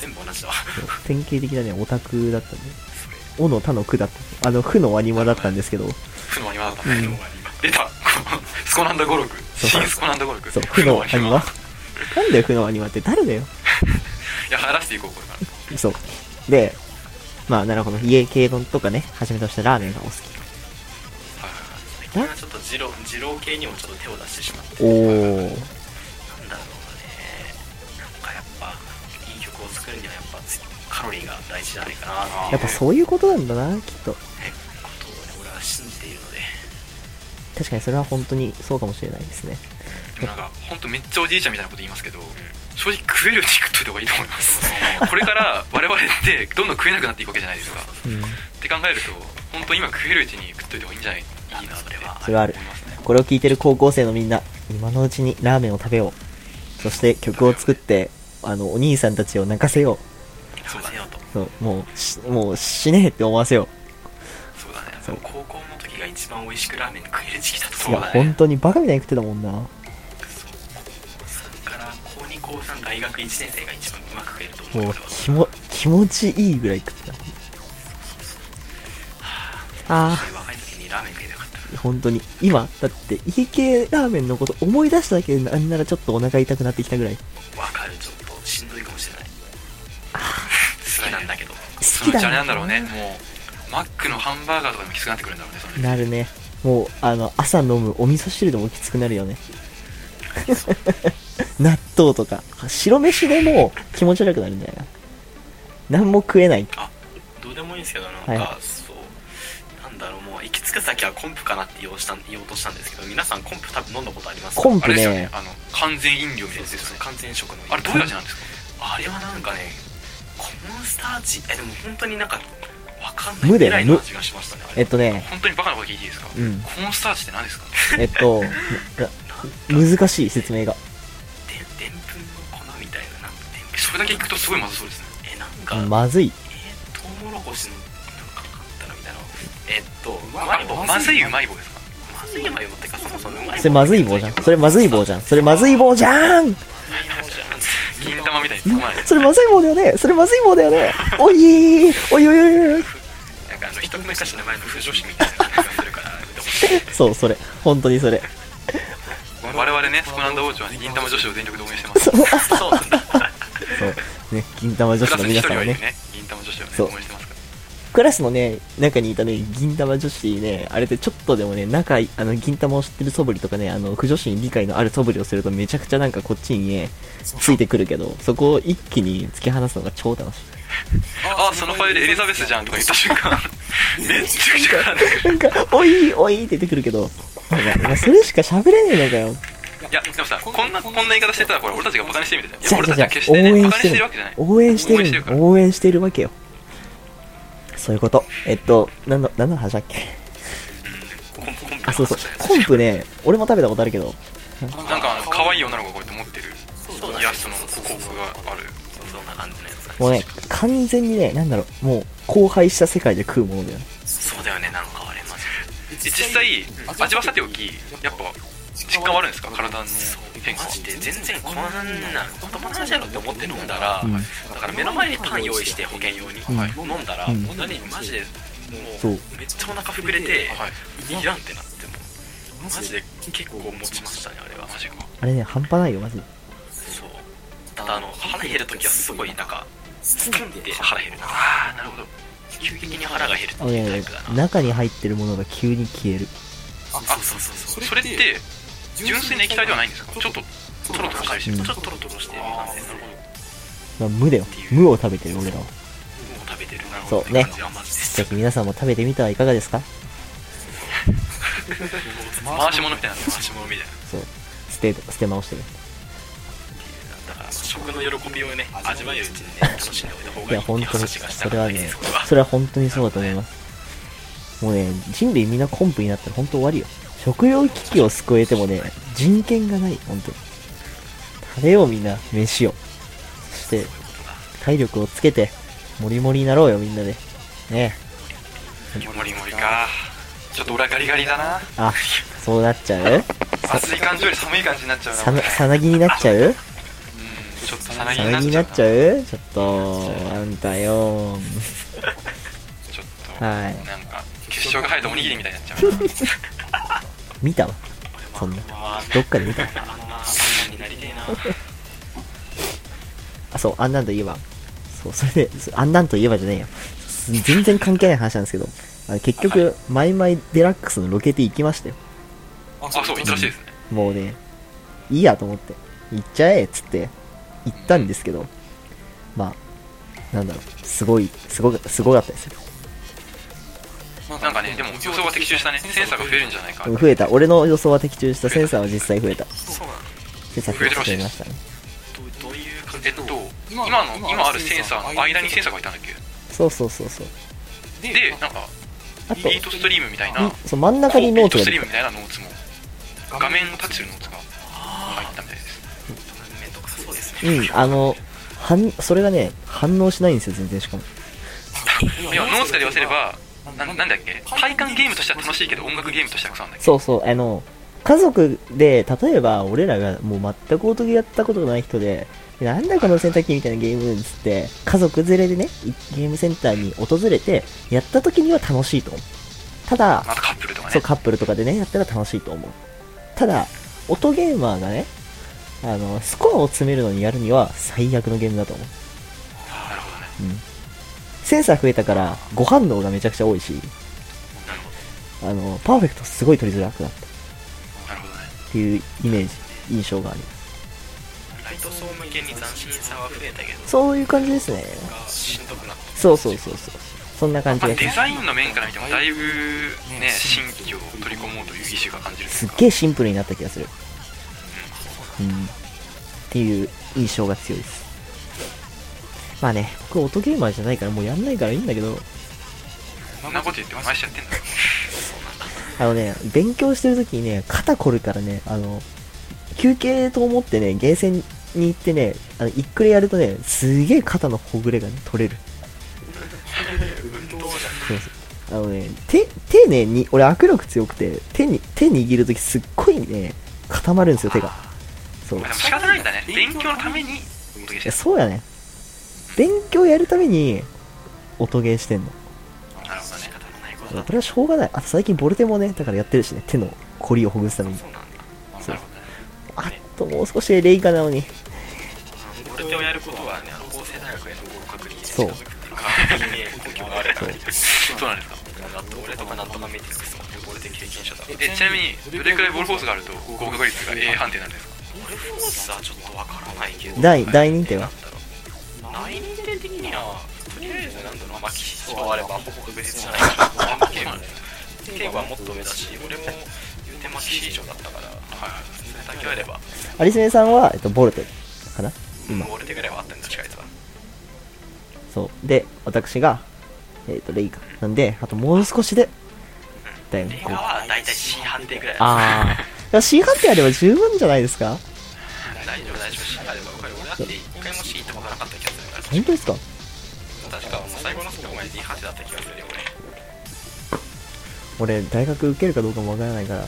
S4: 全部同じだわ
S2: 典型的なね、オタクだったね。
S4: それ
S2: おの他のくだった。あの、負のアニマだったんですけど、
S3: 負のアニマだった
S4: 不
S3: ね、
S4: 能は今
S3: 出た スコナンダ語録
S2: そう
S3: 新スコナンダ語録
S2: そう、負のアニマ
S3: い。
S2: なんだよ、負のアニマって誰だよ。
S3: や流行らせていこうこれから
S2: そう。で、まあ、なるほど。家系丼とかね、はじめとしたラーメンがお好き。
S4: 最近はちょっと二郎二郎系にもちょっと手を出してしまって
S2: おー。
S4: なんだろうねなんかやっぱいい曲を作るにはやっぱカロリーが大事じゃないかなっていう
S2: やっぱそういうことなんだな、きっと。
S4: ことをね俺は信じているので
S2: 確かにそれは本当にそうかもしれないですね。
S3: でもなんか本当めっちゃおじいちゃんみたいなこと言いますけど、正直食えるうちに食っといた方がいいと思いますこれから我々ってどんどん食えなくなっていくわけじゃないですかっ
S2: うん。
S3: て考えると本当今食えるうちに食っといた方がいいんじゃないいいなって
S2: それはある
S3: 思いますね
S2: これを聞いてる高校生のみんな、今のうちにラーメンを食べよう。そして曲を作って、あの、お兄さんたちを泣かせよ
S4: そうだよと
S2: う。そうもう、しもう死ねえって思わせよ
S4: そうだね
S2: そう
S4: 高校の時が一番美味しくラーメン食える時期だと
S2: う。い
S4: そう
S2: や、
S4: だ
S2: 本
S4: ね
S2: 当にバカみたいに食ってたもんな。
S4: それから高2高3大学1年生が一番うまく食えると思
S2: も
S4: う
S2: うん
S4: だけど
S2: 気も気持ちいいぐらい食ってた。あ
S4: そういう若い時にラーメン食えなかった
S2: あ、本当に。今、だって家系ラーメンのこと思い出しただけでなんならちょっとお腹痛くなってきたぐらい。
S4: わかるちょっとしんどいかもしれない好きなんだけど
S3: そ
S2: 好
S3: の
S2: き
S3: うち
S2: だ
S3: あれなんだろうねもうマックのハンバーガーとかでもきつくなってくるんだろうねその
S2: なるね。もう、あの、朝飲むお味噌汁でもきつくなるよね。 納豆とか、白飯でも気持ち悪くなるんじゃないかな。何も食えない。
S4: あどうでもいいんですけどなんか、
S2: は
S4: そうなんだろうもう行き着く先はコンプかなって言おうした言おうとしたんですけど皆さんコンプ多分飲んだことあります
S2: コン
S3: あ
S2: プ
S3: れですよ
S2: ね
S3: ね、あの完全飲料みたいなやつ
S4: そう
S3: です
S4: そう
S3: よね
S4: 完全食の
S3: あれどういう味なんですか
S4: あれはなんかねコモンスター味えでも本当になんかわかんな
S2: 無だ
S4: いぐ
S2: よ
S4: らい
S2: 無
S4: の味がしましたねあ
S2: え
S4: れ
S2: っとね、
S3: 本当にバカなこと聞いていいですか、
S2: うん
S3: コーンスターチって何ですか
S2: えっと、む難しい説明が。
S4: ででんぷんの粉みたいななんかでんぷん
S3: それだけ聞くとすごいまずそうですね
S4: えなんか、
S2: まずい。
S4: えー、トウモロコシのなんかかったらみたいなえっとう
S3: ま
S4: まい棒
S3: まずいう
S4: ま
S3: まい棒ですか
S4: ずいまい棒ってかそもそもうまい棒
S2: それまずい棒じゃん。それまずい棒じゃん。それまずい棒じゃん
S3: 銀玉みたいにつかまない
S2: それまずい棒だよねそれまずい棒だよねおいーおいおいおいおい
S4: なんかあの一昔の前の風女子みたいな感じがするから
S2: そう、それ。本当にそれ。
S3: 我々ねスコナンダ王朝はね銀玉女子を全力で応援してます
S4: そうなんだ
S2: そう。ね、銀玉女子
S3: クラス
S2: の
S3: に
S2: 皆
S3: 一人
S2: 様
S3: はい
S2: ね
S3: る。ね銀玉女子をね
S2: そう
S3: 応援してますから
S2: クラスのね、中にいたね、銀玉女子ね、あれでちょっとでもね、仲い、あの、銀玉を知ってる素振りとかね、あの、不女子に理解のある素振りをするとめちゃくちゃなんかこっちにね、ついてくるけど、そこを一気に突き放すのが超楽し
S3: あそのファイルエリザベスじゃんとか言った瞬間 めっちゃくちゃ絡んでくる
S2: い。なんか、おいおいって出てくるけど、なんか、それしか喋れねえのかよ。
S3: いやでもさこんなこんな言い方してたらこれ俺たちがバカにしてるみたいない
S2: じ
S3: や
S2: ゃあ
S3: 俺
S2: じゃ
S3: た
S2: あ
S3: ち
S2: じゃあ
S3: は決し
S2: 応
S3: てね
S2: 援
S3: バ
S2: し
S3: カに
S2: て
S3: してる
S2: る
S3: わけじゃない。
S2: 応援して
S3: 応援してる
S2: る
S3: から
S2: 応援してるわけよ。そういうこと。えっと、なんの、何の話だっけ
S4: コンプコンプ
S2: あ、そうそう。コンプね、俺も食べたことあるけど、
S3: なんかあの可愛い女の子がこうやって持ってる
S4: そうだね
S3: イラストの広告がある
S4: そんな感じのやつ
S2: もうね、完全にね、なんだろう、もう、荒廃した世界で食うものだよね。
S4: そうだよねなんかあれマジ
S3: で実際味はさておきやっぱ実感はあるんですか体の
S4: で
S3: 変化
S4: マ
S3: は
S4: ジで全然こんな子供の話やろって思って飲んだら、
S2: うん
S4: だから目の前にパン用意して保険用に、
S2: はい
S4: 飲んだら、
S2: うん
S4: 本当にマジでも
S2: そうう
S4: めっちゃお腹膨れて、
S3: はい
S4: い、らんってなってもうマジで結構持ちましたねあれは
S3: マジか
S2: あれね、半端ないよ、マジで。
S4: そうただあの腹減るときはすごいなんかスキンで腹減る
S3: ああなるほど
S4: 急激に腹が減るって
S2: あの
S4: いうタ
S2: ね
S4: イプだな、
S2: 中に入ってるものが急に消える。
S4: あそうそうそう
S3: それって純粋な液体ではないんですかちょっとトロトロしたりして
S2: うん
S4: ちょっとトロトロしてる感じですね
S2: まあ無だよ無を食べてる俺らは
S4: う食べてるな
S2: そう
S4: って
S2: ね
S4: 感じはマジです
S2: ぜひ皆さんも食べてみてはいかがですか
S3: 回し物みたいなの
S4: 回し物みたいな
S2: そう捨て捨て直してる
S4: だから食の喜びをね味わえるうちにね楽しんでおいた方がいい
S2: いや本当に
S4: っていう話がし
S2: それ
S4: たかっ
S2: は
S4: たで
S2: ね
S4: す僕は
S2: それは本当にそうだと思いますもうね人類みんなコンプになったら本当終わりよ食料危機を救えてもね人権がない本当に食べようみんな飯をそして体力をつけてモリモリになろうよみんなでね
S3: モリモリかちょっと俺はガリガリだな
S2: えあそうなっちゃう
S3: 暑い感じより寒い感じになっちゃうな
S2: さなさなぎになっちゃう
S3: うんちょっとさなぎ
S2: さ
S3: に
S2: な
S3: なっ
S2: ぎに
S3: ちゃ
S2: な
S3: う
S2: っちゃうちょっとあんたよ
S3: ちょっと、
S2: はい
S3: なんか結晶が入ったおにぎりみたいになっちゃうな
S2: 見たわそんな
S4: まあね
S2: どっかで見たわ
S4: あんなあんなになりてえな
S2: あ、そう、あんなんといえば。そう、それで、そあんなんといえばじゃねえよ。す全然関係ない話なんですけど、あの結局、マイマイデラックスのロケティ行きましたよ。
S3: あそう珍しいですね
S2: もうね、いいやと思って、行っちゃえっつって、行ったんですけど、まあ、なんだろう、すごい、すごか、すごかったですよ。
S3: なんかねでも予想が的中したねセンサーが増えるんじゃないか
S2: でも増えた。俺の予想は的中した。センサーは実際増えた。
S4: そうなの
S2: センサー増えましたね。
S4: どうどういう感
S3: え
S4: じ
S3: っと今の今あるセンサーの間にセンサーがいたんだっけ
S2: そうそうそうそう。
S3: でなんか
S2: あと、
S3: ビートストリームみたいな
S2: みそう真ん中にノート
S3: ビートス
S2: が出
S3: トリー
S2: て
S3: ムみたいなノーツも画面のタッチするノーツが入ったみたいです
S4: めんどくさそうですね
S2: うん、あの、反、それがね、反応しないんですよ、全然しかも。
S3: いやノーツから言わせればななんだっけ体感ゲームとしては楽しいけど音楽ゲームとしてはクソなんだっけ
S2: そうそう、あの、家族で、例えば俺らがもう全く音ゲーやったことがない人で、なんだこの洗濯機みたいなゲームっつって、家族連れでね、いゲームセンターに訪れて、やった時には楽しいと思う。ただ、
S3: またカップルとか
S2: そう、
S3: ね
S2: カップルとかでね、やったら楽しいと思う。ただ、音ゲーマーがね、あの、スコアを詰めるのにやるには最悪のゲームだと思う。
S3: なるほどね
S2: うん。センサー増えたから、ご反応がめちゃくちゃ多いし、
S3: なるほ
S2: あの、パーフェクトすごい取りづらくなったっ
S3: どなるほどね
S2: ていうイメージ、印象があります。
S4: ライト層向けに斬新さは増えたけど
S2: そういう感じですね。
S4: がしんどくなった
S2: そうそうそうそう。そんな感じ
S3: まあ
S2: で
S3: デ
S2: す。
S3: ザインの面から 見てもだいぶね新規を取り込もうという意思が感じるとい
S2: す
S3: う
S2: っ
S3: か
S2: げえシンプルになった気がする。うん。っていう印象が強いです。まあね、僕音ゲーマーじゃないからもうやんないからいいんだけど、
S3: そんなこと言っても毎週やってんだ
S2: あのね、勉強してる時にね、肩こるからね、あの、休憩と思ってね、ゲーセンに行ってね、あの、一くれやるとね、すげえ肩のほぐれがね、取れる。
S4: 運動じゃん
S2: そうそうあのね、手、丁寧に、俺握力強くて、手に、手握るときすっごいね、固まるんですよ、手が。そう。い
S3: まあでも仕方ないんだね勉強のために音ゲーして
S2: や、
S3: る
S2: そうやね。勉強やるために、音ゲーしてんの。
S3: なるほどね
S4: 方のないこと
S2: こ
S4: だ
S2: れはしょうがない。あと最近ボルテもね、だからやってるしね、手の凝りをほぐすために。
S4: そうなんだ
S2: そう
S3: なるほどね
S2: あともう少しでレイカなのに。
S4: ボルテをやることはねあの法政大学への合格に
S2: そう
S4: 近づくっていうか根拠があるから
S3: そうな
S4: だ
S3: んですか
S4: って俺とかなんとかメティックスもねボルテ経験者だ
S3: えちなみにどれくらいボールフォースがあると合格率が A 判定なんですか
S4: ボルフォースはちょっとわからないけど
S2: 第、第2手は
S4: 内認定的にはとりあえずなんだろうまあ騎士と変わればほぼ確実じゃないかなゲームゲームはもっと上だし俺も言うてまあ騎士以上だったからそれだけあれば
S2: アリスメさんは、えっと、ボルテかな今。
S4: ボルテぐらいはあったんだ近いとは
S2: そう。で、私が、えっ、と、レイカ。なんで、あともう少しで、だよ
S4: 映
S2: ね。
S4: 画は大体 C 判定ぐらいだ
S2: あ あ。C 判定あれば十分じゃないですか
S4: 大丈夫大丈夫 C あれば分かる俺だって一回も C ってことなかった気がするから
S2: 本当ですか
S4: 確かもう最後の最後まで D 判定だった気がするよ俺
S2: 俺、大学受けるかどうかもわからないから。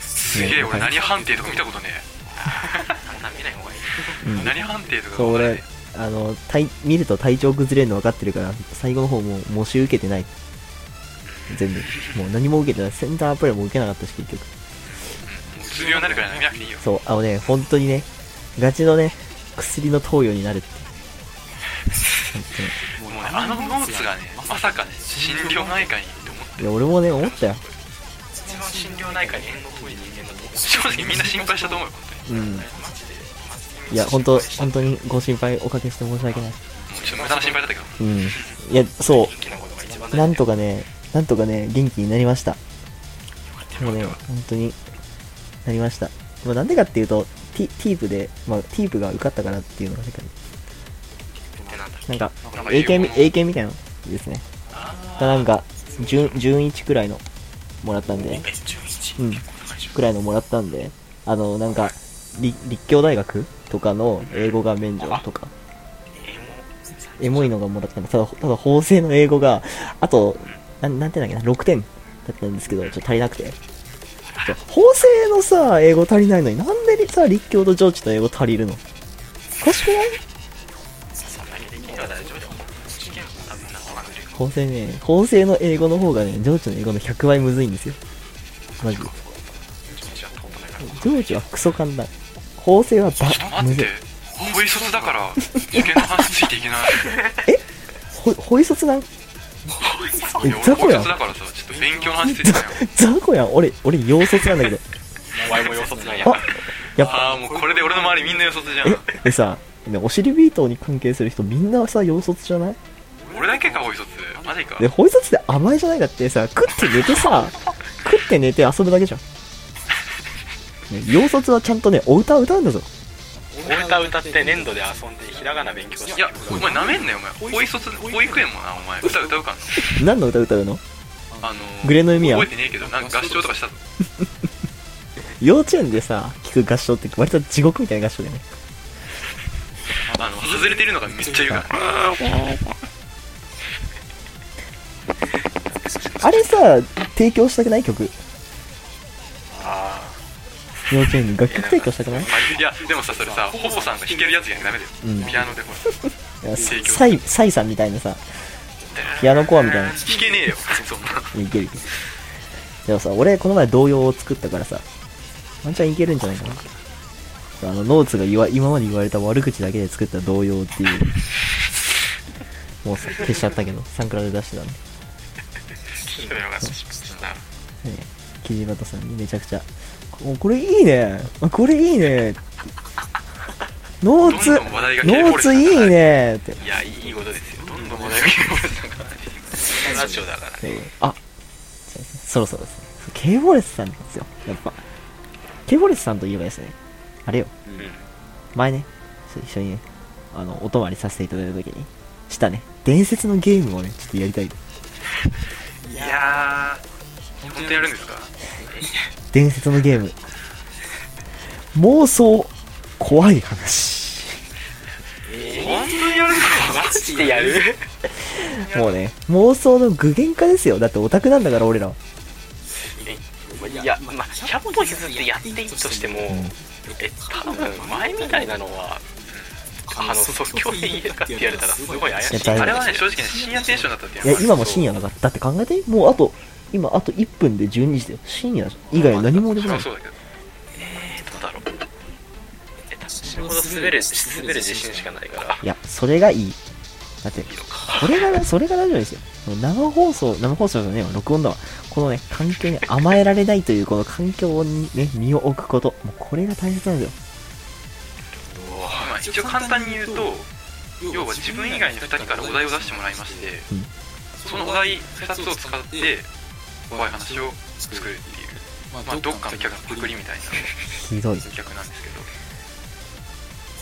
S3: すげえ俺何判定とか見たことね
S4: あんな見ない方がいい
S3: え何判定とか
S2: そう、
S3: わからな
S2: 俺
S3: い、
S2: あの、体見ると体調崩れるの分かってるから、最後の方もう模試受けてない。全部。もう何も受けてない。センタープレイも受けなかったし、結局。
S3: もううつ病になるからい見なくていいよ
S2: そう、あのね、本当にね、ガチのね、薬の投与になるって。本当に
S3: もうねあのノーツがねまさかね心療内科にって思って
S2: いや、俺もね、思ったよ。
S4: 一番心療内科に縁の遠い人間だと思う
S3: 正直みんな心配したと思うよ本当に
S2: うん
S4: マジでマジで
S2: いや、本当本当にご心配おかけして申し訳ない。
S3: もうちょっと無駄な心配だったけど
S2: うん。いや、そ
S4: 元気なことが一番
S2: う。
S4: 大
S2: な
S4: 事
S2: んとかね、なんとかね、元気になりました。もうね、本当になりました。まあ、なんでかっていうと、ティティープで、まあ、ティープが受かったからっていうのが、
S4: ってなんだっけ
S2: なんか、
S3: なんか
S2: A
S3: 英
S2: 系
S3: 語
S2: み
S3: の
S2: A 系みたいなのですね。
S4: あ
S2: なんか、準準1くらいのもらったんで
S4: ー、11
S2: うん、くらいのもらったんで、あの、なんか、立立教大学とかの英語が免除とか、
S4: 英語
S2: エモいのがもらったんで、ただ、ただ法制の英語が、あと、なんなんていうんだっけな、6点だったんですけど、ちょっと足りなくて。ちょ法制のさ、英語足りないのに、なんでさ、立教と上智の英語足りるのおかしくない
S4: そんなにできれば大丈夫だよ試験も多分なんかわかんないけど
S2: 法制ね、法制の英語の方がね、上智の英語の100倍むずいんですよ。マジで。
S4: 私は通ったないから
S2: 上智はクソ簡単。法制は
S3: ちょっと
S2: ば、
S3: 待
S2: む
S3: っ
S2: ず
S3: て
S2: い。
S3: V 卒だから受験の話ついていけ ない
S2: ほ、ほい卒なんえ
S3: いや、俺
S2: 雑魚
S3: 高
S2: やん
S3: 卒だからさちょっと勉強の話ついて ないよ
S2: 雑魚やん。俺、俺、洋卒なんだけど。
S4: お前も要素つないや
S2: あやっぱ、
S3: ああもうこれで俺の周りみんな予卒じゃん
S2: え、でさ、ね、お尻ビートに関係する人みんなさ、洋卒じゃない
S3: 俺だけか V 卒マジか
S2: で、ほい卒って甘いじゃないだってさ、食って寝てさ、食って寝て遊ぶだけじゃん。ね、洋卒はちゃんとね、お歌を歌うんだぞ。
S4: 俺歌歌って粘土で遊んでひらがな勉強して
S3: いやお前なめんなよお前保育卒保育園もなお前歌歌うかん
S2: 何の歌歌うの
S3: あのー
S2: グレの弓矢
S3: 覚えてねえけどなんか合唱とかしたの
S2: 幼稚園でさ、聞く合唱って割と地獄みたいな合唱だよね。
S3: あの外れてるのがめっちゃ言うから
S2: あれさ、提供したくない曲。
S4: あ
S2: 幼稚園に楽曲提供したくない
S3: あいやでもさそれさほぼさんが弾けるやつじゃダメだよ、
S2: うん
S3: ピアノでほら
S2: いや
S3: 提供
S2: サイ、サイさんみたいなさ、ピアノコアみたいな
S3: 弾。けねえよそんない
S2: けるいける。でもさ、俺この前童謡を作ったからさ、ワンチャンいけるんじゃないかな。あの、ノーツが言わ今まで言われた悪口だけで作った童謡っていう。もうさ消しちゃったけど、サンクラで出してたんで。
S4: 聞いてみようか
S2: ね
S4: な
S2: キジバトさんにめちゃくちゃ、おこれいいねあこれいいねノーツ、
S3: ど
S2: ノ
S3: んどん話題が切れこぼ
S2: ー
S3: れて
S2: ツ
S3: る
S2: いいねって。
S4: いやいいことですよ
S3: どんどん話題が消えてくる
S4: ラジオだからね
S2: あそろそろですね。ケイボレスさんなんですよ。やっぱ。ケイボレスさんといえばですね、あれよ、
S4: うん
S2: 前ね、そう一緒にね、あの、お泊まりさせていただいたときに、したね、伝説のゲームをね、ちょっとやりたい。
S3: いやー本当にやるんですか
S2: 伝説のゲーム。妄想、怖い話。
S3: 本当にやるんですか
S4: マジでやる
S2: もうね、妄想の具現化ですよ。だってオタクなんだから、俺らは。
S4: いや、まあ、100歩譲ってやっていいとしても、え、多分前みたいなのは、あの、即興で言えるかって言われたら、すごい怪しい。
S2: いや
S3: あれはね正直ね深夜テンションだったって
S2: い
S3: いう
S2: や、今も深夜だから。だって考えて、もうあと、今あと1分で12時だよ。深夜以外何もでも
S3: そり
S2: な
S3: ゃ
S2: い。
S3: そうだけど
S4: えー、どうだろう。え、多分死ぬほど滑る、滑る自信しかないから。
S2: いや、それがいい。だって、
S4: いいのか。
S2: これが、それが大丈夫ですよ。生放送、生放送じゃねえわ、録音だわ。このね、環境に甘えられないという、この環境にね、身を置くこと。もうこれが大切なんですよ。
S3: まあ一応簡単に言うと要は自分以外に2人からお題を出してもらいまして、
S2: うん
S3: そのお題2つを使って怖い話を作るっていう、まあ、どっかの客のパクリみたいな
S2: ひどい。
S3: 接客なんですけど
S5: こ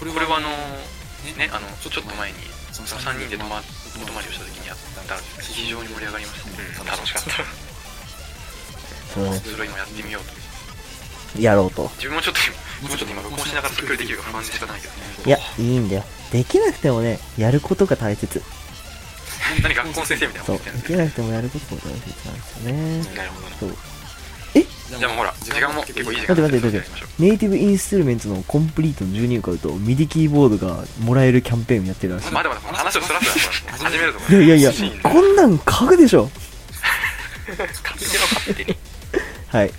S3: これ
S5: れ
S3: は
S5: は
S3: あのね
S5: ね
S3: あのちょっと前にそ
S5: そ
S3: の
S5: の
S3: 3人
S5: 3
S3: で
S5: 人で
S3: 泊
S5: 泊
S3: まお
S5: まお
S3: 泊
S5: 泊
S3: ま
S5: ま
S3: り
S5: り
S3: をし
S5: をしたた
S3: 時
S5: 時
S3: に
S5: に
S3: や
S5: や
S3: っ
S5: ったた
S3: ら
S5: ら
S3: 非
S5: 非
S3: 常
S5: 常
S3: に
S5: に
S3: 盛り上
S5: 盛り上
S3: が
S5: が
S3: り
S5: り
S3: ま
S5: ま
S3: し
S5: したた
S3: ね楽しか った
S5: ね、
S2: その
S3: それを今やってみようと
S2: やろうと。
S3: 自分もちょっと今もうちょっと今録音しながら作りできるか不安でしかないけどね
S2: いや、いいんだよ。できなくてもね、やることが大切。
S3: 何学校の先生みたいなこ
S2: そう。
S3: と言っ
S2: で
S3: てる
S2: きな
S3: んで
S2: くてもやることが大切なんですよね。
S4: なるほどな。
S2: そう。
S3: じゃあもうほら時間も結構いい
S2: 待
S3: 時間
S2: って待って待
S3: で
S2: って。ネイティブインストゥルメンツのコンプリートの12を買うと、ミディキーボードがもらえるキャンペーンをやってるらしい。
S3: まだまだこの話をそらすなこれ始めると思
S2: いうやいやいや
S3: シーン、
S2: こんなん書くでしょ。
S4: 勝手の勝手に。
S2: はい。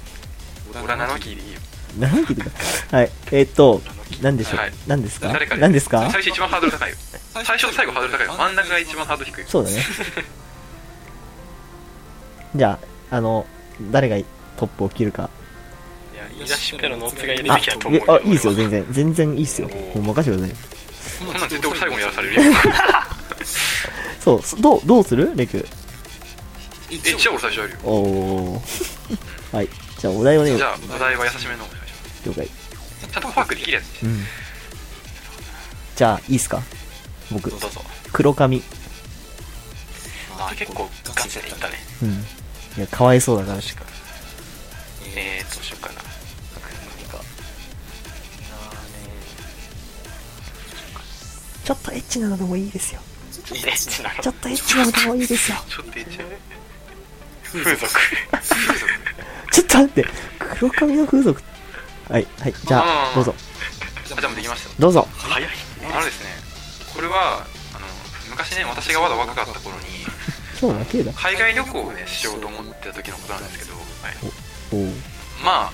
S3: 俺は7キーでいいよ
S2: 何期とか。 はい。えーっと、何でしょう
S3: はい。
S2: 何ですか
S3: 誰から
S2: 何ですか
S3: 最初一番ハードル高いよ最初と最後ハードル高いよ真ん中が一番ハードル低いよ
S2: そうだね。 じゃあ、あの、誰がトップを切るか。
S4: いや、い見出しからノーツがやるべ
S2: あ
S4: きだと思う
S2: え
S4: よ
S2: あ、いいですよ、全然。全然いいですよ。
S4: おー
S2: もう任せてください。
S3: こんなん絶対俺最後にやらされるよ
S2: そうそ、どう、どうするレク。
S3: えじゃあ俺最初やるよ
S2: おー。 はい。じゃあ、お題をね、
S3: じゃあお題は優しめのお願いしま
S2: 了解。
S3: すちゃんとパークできるやつにして
S2: うん。じゃあ、いいっすか僕
S4: どう、ぞどうぞ
S2: 黒髪。
S4: あ結構ガチでいったね
S2: うん。いや、かわいそうだからしか。
S4: えーどうしようかな
S2: ちょっとエッチなのでもいいですよ。
S4: エッチなの
S2: ちょっとエッチなのでもいいですよ。
S3: ちょっといっちゃう
S4: 風俗
S2: ちょっと待って。黒髪の風俗。はい、はい。じゃあ、どうぞ。
S3: あじゃあもうできました
S2: どうぞ。
S4: 早い
S3: あのですねこれはあの昔ね私がまだ若かった頃に
S2: 今日だけだ。
S3: 海外旅行をねしようと思ってた時のことなんですけど、
S2: おー。
S3: まあ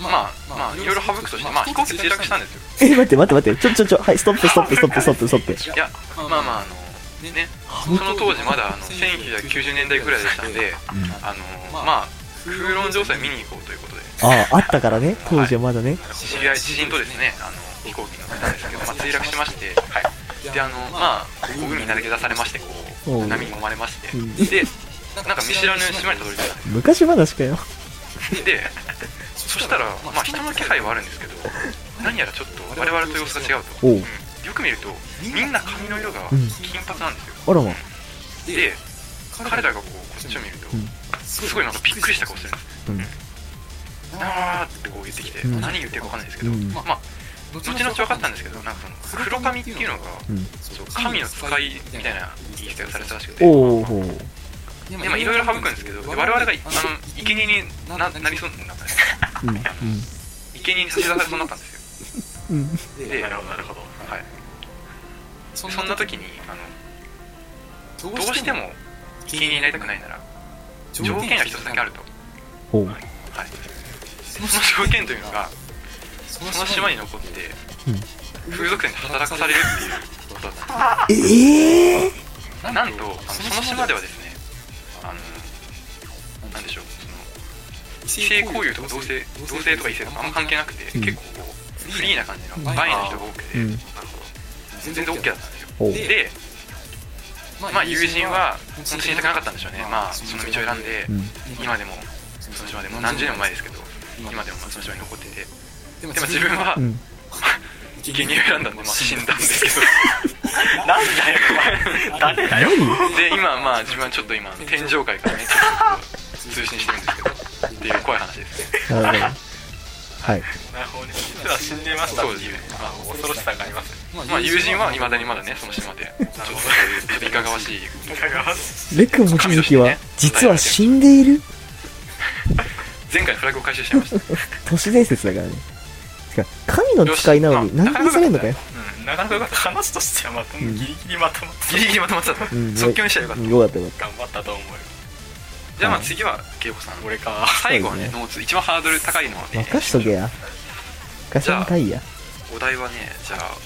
S3: まあまあいろいろ省くとしてまあ飛行機で墜落したんですよ
S2: え、待って待って待って。ちょちょちょ。はい、ストップストップストップストップストップ。
S3: いやまあまああのねその当時まだあの1990年代ぐらいでしたんで、あのまあ空論情勢見に行こうということで
S2: ああ、あったからね。当時はまだね。
S3: 知り合い知人とですねあの飛行機に乗ったんですけど、まあ、墜落しまして、はい、であのまあこう海に投げ出されましてこ
S2: お
S3: う
S2: う
S3: 波に揉まれまして
S2: うん
S3: でなんか見知らぬ島にたどり着いたんで
S2: 昔話かよ。
S3: すでそしたらまあ人の気配はあるんですけど何やらちょっと我々と様子が違うと、
S2: おう
S3: うんよく見るとみんな髪の色が
S2: うん
S3: 金髪なんです
S2: あ
S3: よ、
S2: らま。
S3: で彼らがこうこっちを見ると、
S2: うん
S3: すごいなんかびっくりした顔するんです
S2: うん。
S3: あーってこう言ってきて、
S2: うん
S3: 何言ってるかわかんないですけど、
S2: うん
S3: まあまあ後々分かったんですけどなんかその黒髪っていうのが
S2: うん。
S3: そう神の使いみたいな言い方をされたらしくてで
S2: おー。
S3: まあいろいろ省くんですけどで我々がいあの生贄になななりそうになったんですよ
S2: うん。うん。
S3: 生贄に差し出されそうになったんですよ
S2: うん。
S3: で、は
S4: な
S3: い
S4: るほどなるほど、
S3: そんな時にあのどうしても生贄になりたくないなら条件が一つだけあると、
S2: おう。
S3: はい、その条件というのがその島に残って
S2: うん
S3: 風俗店で働かされるっていうことだったんです
S2: ええー。
S3: なんとあのその島ではですねあのなんでしょうその異性交友とか同性同性とか異性とかあんま関係なくて、
S2: うん
S3: 結構こうフリーな感じのバイな人が多くて、
S2: うん
S3: なるほど全然 OK だったんですよ
S2: おう。
S3: でまあ友人は本当に死にたくなかったんでしょうねまあその道を選んで、
S2: うん。
S3: 今でもその島でもう何十年も前ですけど今でもその島に残っててでも自分は
S2: うん。
S3: 芸人を選んだんで、まあ、死んだんですけ ど
S4: なんだよお前誰だよ
S3: で今まあ自分はちょっと今天上界からねちょっと通信してるんですけどっていう怖い話ですね
S2: なるほど。 はい。
S4: なるほどね実は死んでましたっていう、まあ、恐ろしさがありますね
S3: まあ友人はいまだにまだねその島でちょっとそういういかがわしい
S4: いかが
S2: レク望月は、実は死んでいる
S3: 前回フラグを回収しちゃいま した
S2: 都市伝説だからね。てか、神の使いなのに何にされんのかよ。
S4: うんなかなか話としてはまともギリギリまとまって
S3: ギリギリまとまってた
S2: うん
S3: 即興にしたらよかっ
S2: うんよかったよかっ
S4: 頑張ったと思うよ
S3: たじゃあまあ次は慶子さん
S4: 俺か
S3: 最後はね
S2: そうです
S3: ノーツ一番ハードル高いのは
S2: た。
S3: ね
S2: 任しとけや。ガシャンかいや。
S3: お題はねじゃあ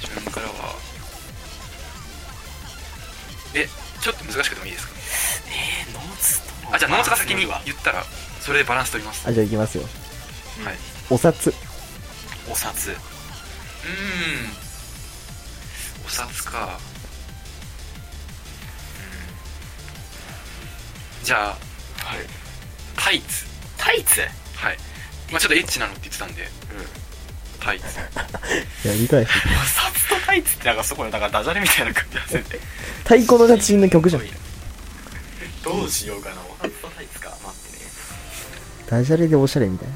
S3: 自分からはえちょっと難しくてもいいですか
S4: えー、ノーツと
S3: あじゃあノーツが先に言ったらそれでバランス取ります
S2: あ、じゃあ行きますよ。
S3: はい
S2: お札。
S4: お札
S3: うーんお札かうんじゃあ
S4: はい
S3: タイツ
S4: タイツ
S3: はいまあちょっとエッチなのって言ってたんで、タイツ
S2: やりたい。
S4: お札とタイツってなんかそこになんかダジャレみたいな感じがするんで
S2: 太鼓の達人の曲じゃん。
S4: どうしようかなお札とタイツか待ってね
S2: ダジャレでおしゃれみたいな。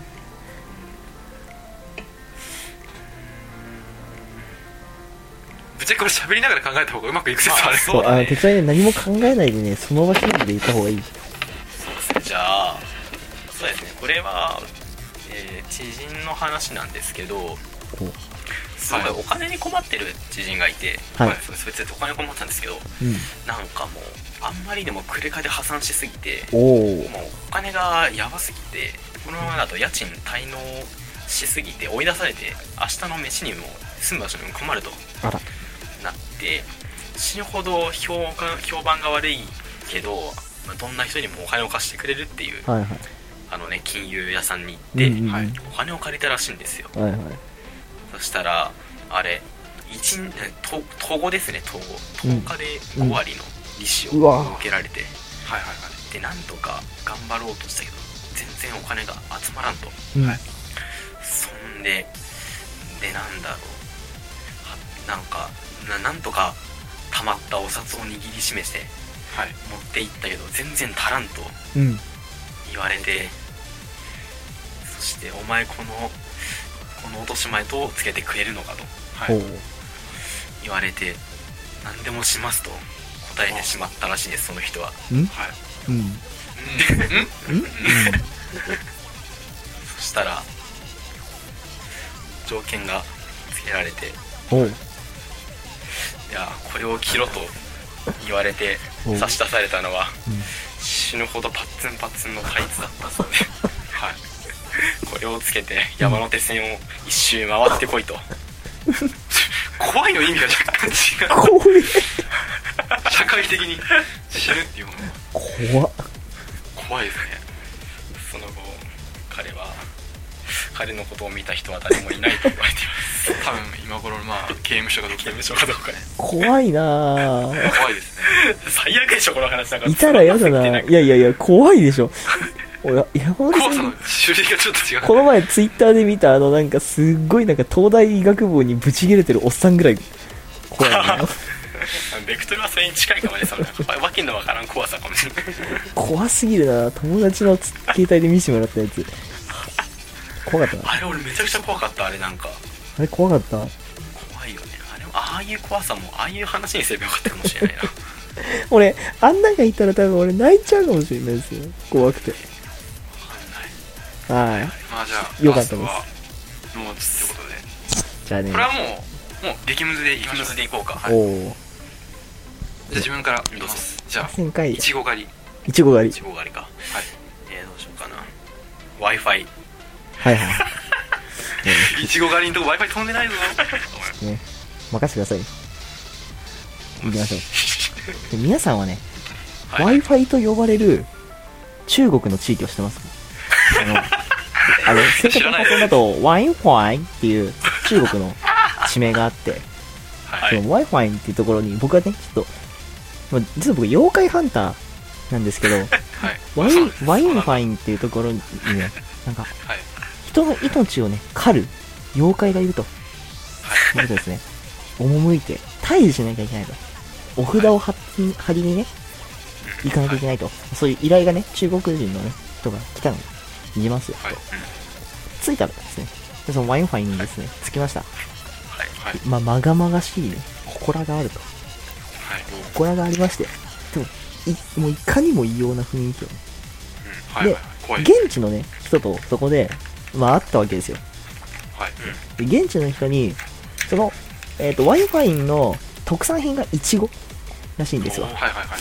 S3: ぶっちゃけこれ喋りながら考えた方がうまくいく説ある
S4: あそう
S2: そう、
S4: だね
S2: あの、鉄はね、何も考えないでね、その場しのぎで行った方がいい。
S4: そうですねじゃあそうですねこれは、えー知人の話なんですけど
S2: こ
S4: すごいお金に困ってる知人がいて、
S2: はい
S4: そうです別にお金に困ったんですけど
S2: う。うん。
S4: なんかもうあんまりでもクレカで破産しすぎて
S2: おー。
S4: もうお金がやばすぎてこのままだと家賃滞納しすぎて追い出されて明日の飯にも住む場所にも困ると
S2: あら。
S4: なって死ぬほど評価評判が悪いけど、まあ、どんな人にもお金を貸してくれるっていう
S2: はいはい。
S4: あのね金融屋さんに行って、
S2: うんうんうん
S4: はいお金を借りたらしいんですよ
S2: はいはい。
S4: そしたらあれ一日と統合ですね統合
S2: うん
S4: 10日で5割の利子
S2: う
S4: を
S2: わ
S4: 受けられて、
S3: はいはい
S4: でなんとか頑張ろうとしたけど全然お金が集まらんと
S2: うん
S3: はい
S4: そんででなんだろうはなんかななんとか溜まったお札を握りしめて
S3: はいはい
S4: 持って行ったけど全然足らんと
S2: うん。
S4: 言われてそしてお前このこの落とし前どうつけてくれるのかと
S3: は
S2: ほ。
S3: いう
S4: 言われて何でもしますと答えてしまったらしいですその人は
S3: はい
S2: うん。
S3: うんうん
S4: そしたら条件がつけられて
S2: ほう。
S4: いやこれを着ろと言われて
S2: お
S4: 差し出されたのは
S2: ん
S4: 死ぬほどパッツンパッツンのタイツだったそうで、 はい、これをつけて山手線を一周回ってこいと
S3: 怖いの意味が若干違う
S2: 怖い。
S3: 社会的に死ぬっていうもの
S2: 怖っ。
S4: 怖いですねその後彼は彼のことを見た人は誰もいないと言われています
S3: 多分今頃まあ刑務所がどっか
S4: 刑務所かどうかね
S2: 怖いなぁ。
S3: 怖いですね
S4: 最悪でしょこの話なんか
S2: いたら嫌だな。いやいやいや、怖いでしょ。俺、山
S3: 怖
S2: 本
S3: さ
S2: さ
S3: の
S2: ん、
S3: 種類がちょっと違う
S2: この前ツイッターで見たあのなんかすっごいなんか東大医学部にぶち切れてるおっさんぐらい怖い な。
S4: ベクトルはそれに近いかもねそのわけのわからん怖さかもしれない
S2: 怖すぎるな友達のつ携帯で見せてもらったやつ。怖かったな。
S4: あれ俺めちゃくちゃ怖かったあれなんか
S2: あれ怖かった。
S4: 怖いよねあれもああいう怖さもああいう話にすればよかったかも しれないな
S2: 俺、あんなんがいたら多分俺泣いちゃうかもしれないですよ。怖くて。はい。
S3: まあじゃあ
S2: よかったです
S3: ラストはノーツってことで
S2: じゃあね
S3: これ。はもうもう激ムズでいきましょ
S4: ム
S3: う
S4: ズ
S3: じゃ
S4: でいこうか
S2: おお。
S3: あ自分からいきますじゃあ
S2: 1000回
S3: い
S2: や。
S3: ちご狩り
S2: いちご狩
S4: い
S2: り。
S4: ちご狩りかえー、どうしようかな w i f i
S2: はい はい
S3: ちご狩りのとこ w i f i 飛んでないぞ
S2: い。ね。任せてください。行きましょ う。で皆さんはね、
S4: はいはい
S2: Wi-Fi と呼ばれる中国の地域を知って ますかあの、あの正確な発音だと Wi-Fi っていう中国の地名があって、
S4: は
S2: そ
S4: い
S2: の Wi-Fi っていうところに僕はね、ちょっと、まあ、実は僕、妖怪ハンターなんですけど、
S3: はい
S2: ワイ
S3: そう
S2: ン
S3: で、す
S2: ワインファインっていうところ にね、なんか、
S3: はい
S2: 人の命をね、狩る妖怪がいると。そういうことですね。赴いて、退治しなきゃいけないと。お札を貼り貼りにね、行かなきゃいけないと。そういう依頼がね、中国人のね、人が来たの。逃げますよ。
S3: はい
S2: 着いたらですね、でそのワインファインにですね、着きました。
S3: はいはい
S2: まあ、まがまがしいね、祠があると。
S3: はい
S2: 祠がありまして、でも、いもういかにも異様な雰囲気をね、
S3: はいはいはい怖い
S2: 現地のね、人とそこで、まあ、会ったわけですよ。
S3: はい
S2: で現地の人に、その、えっ、と、ワインファインの特産品がイチゴらしいんですわ
S3: はい。はいはいはい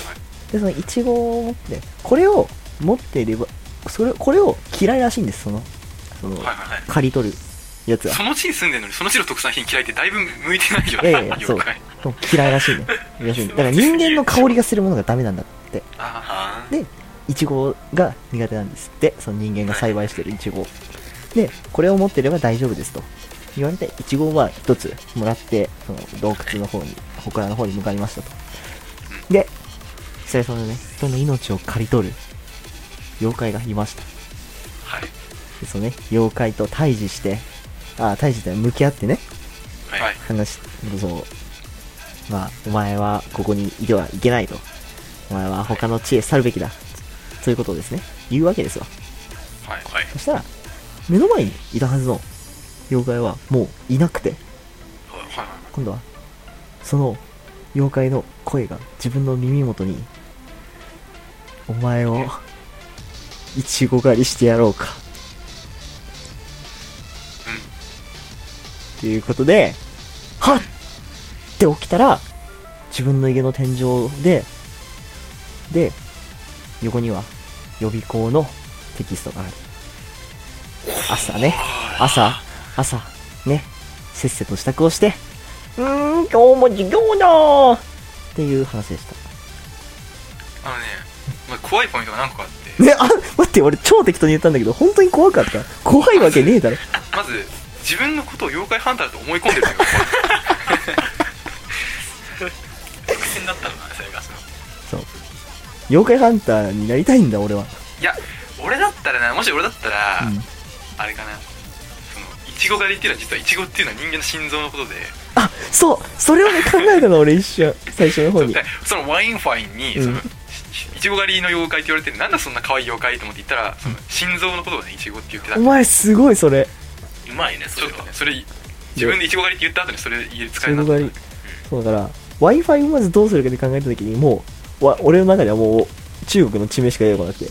S2: で、そのイチゴを持って、これを持っていれば、それ、これを嫌いらしいんです、その、その、
S3: はいはいはい
S2: 刈り取るやつは。
S3: その地に住んでるのにその地の特産品嫌いってだいぶ向いてないよ
S2: いやいやいや、そう
S3: 妖怪。
S2: そう嫌いらし いね。らしいねだから人間の香りがするものがダメなんだって。
S3: あ
S4: は
S2: で、イチゴが苦手なんですって、その人間が栽培してるイチゴをで、これを持ってれば大丈夫ですと言われて、イチゴは一つもらって、その洞窟の方に、祠の方に向かいましたと。で、それそのね、人の命を刈り取る妖怪がいました。
S3: はい
S2: で、そのね、妖怪と対峙して、ああ、対峙って向き合ってね、
S3: はいはい
S2: 話し、そう、まあ、お前はここにいてはいけないと。お前は他の地へ去るべきだ。ということをですね、言うわけですわ。
S3: はい
S2: そしたら、目の前にいたはずの妖怪はもういなくて、
S3: はい
S2: 今度は、その妖怪の声が自分の耳元に、お前を、いちご狩りしてやろうか。ということで、はっって起きたら、自分の家の天井で、で、横には予備校のテキストがある。朝ね、朝、朝、ね、せっせと支度をして、うーん、今日も授業だーっていう話でした。
S3: あのね、まあ、俺怖いポイントが何個か あって
S2: ね、あ、待って、俺超適当に言ったんだけど、本当に怖かった。怖いわけねえだろ。
S3: まず自分のことを妖怪ハンターだと思い込んでるのよ
S4: 伏線だったのかなそれが
S2: そう。妖怪ハンターになりたいんだ、俺は。
S3: いや俺だったらなもし俺だったら、
S2: うん
S3: あれかなそのいちご狩りっていうのは実はいちごっていうのは人間の心臓のことで
S2: あ、そうそれをね、考えたの、俺一瞬。最初の方
S3: そう
S2: に
S3: で。そのワインファインに、
S2: うん
S3: そのしいちご狩りの妖怪って言われてるなんだそんな可愛い妖怪と思って言ったらその心臓のことをねいちごって言ってた
S2: お
S3: ち
S2: 前、すごい、それ。
S4: うまいねそ
S3: ょ
S4: れ
S3: っと
S4: は
S3: ねそれ自分でいちご狩りって言った後にそれ家で使
S2: 中
S3: えな
S2: 古
S3: かっ
S2: 狩り。そうだから、Wi-Fi をまずどうするかで考えた時に、もう、わ俺の中ではもう、中国の地名しか出てこなくて。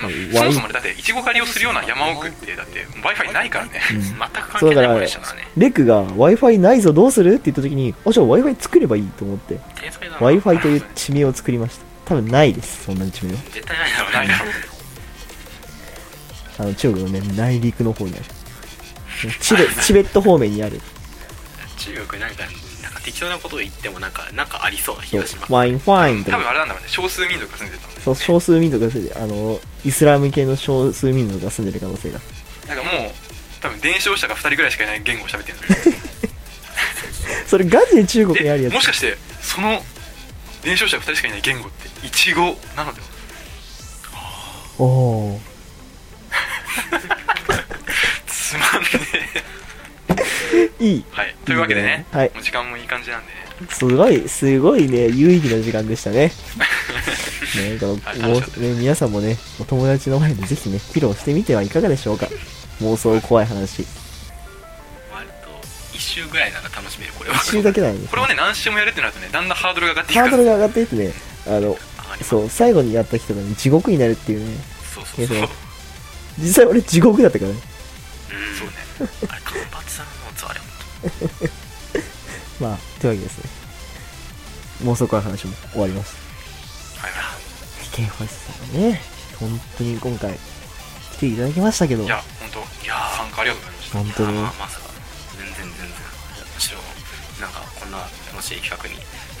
S3: た、うん
S2: うん
S3: そもそもねだっていちご狩りをするような山奥ってだって w i f i ないからね、
S2: うん
S4: 全く関
S2: そう
S4: 係
S2: だか
S4: ないも
S2: ら
S4: のでしたからね、
S2: レクが Wi-Fi ないぞ、どうするって言った時に、あ、じゃあ Wi-Fi 作ればいいと思って、
S4: 天才だな
S2: Wi-Fi という地名を作りました。多分ないです、そんな地名は。
S4: 絶対ないだろう
S3: ないだろう
S2: あの、中国のね、内陸の方にある。チベチベット方面にある。
S4: 中国なんかなんか適当なことを言ってもなんかなんかありそうな気
S2: そう
S4: がします
S2: ワインファインと
S3: 多分
S2: か。
S3: あれなんだろうね少数民族が住んでたんで
S2: そう、少数民族が住んでる、あの、イスラム系の少数民族が住んでる可能性が。
S3: なんかもう多分伝承者が2人ぐらいしかいない言語を喋ってるんだ
S2: それガチで中国にある
S3: よえ
S2: や
S3: もし
S2: つ。
S3: かしてその伝承者が2人しかいない言語ってイチゴなのでは
S2: おおー。
S3: つまんねえ
S2: いい。
S3: はいというわけでね
S2: はい
S3: もう時間もいい感じなんでね
S2: すごい、すごいね、有意義な時間でした ね。ね、こ
S3: はい
S2: のも
S3: 楽しかった
S2: うね皆さんもね、お友達の前でぜひね、披露してみてはいかがでしょうか。妄想怖い話。
S4: 割と一周ぐらいなら楽しめるこれは
S2: 一周だけなのに。
S3: これをね何周もやるってなるとねだんだんハードルが上がっていく
S2: ハ
S3: か
S2: ード
S3: ら
S2: ルが上がっていってね、あの、
S4: あります
S2: そう、最後にやった人がね、地獄になるっていうね。
S4: そうそうそう
S2: いやそう実際俺地獄だったからね。
S4: うん
S3: そうね
S4: あれ間髪さんの持つあれ本
S2: まあ、というわけですね。妄想怖い話も終わります。
S4: 当はい
S2: 危険ファイスさんはね、本当に今回来ていただきましたけど
S3: い、や本当いやー参加ありがとうございました
S2: 本当に
S4: いやまあまさか全然全然むしろなんかこんな楽しい企画に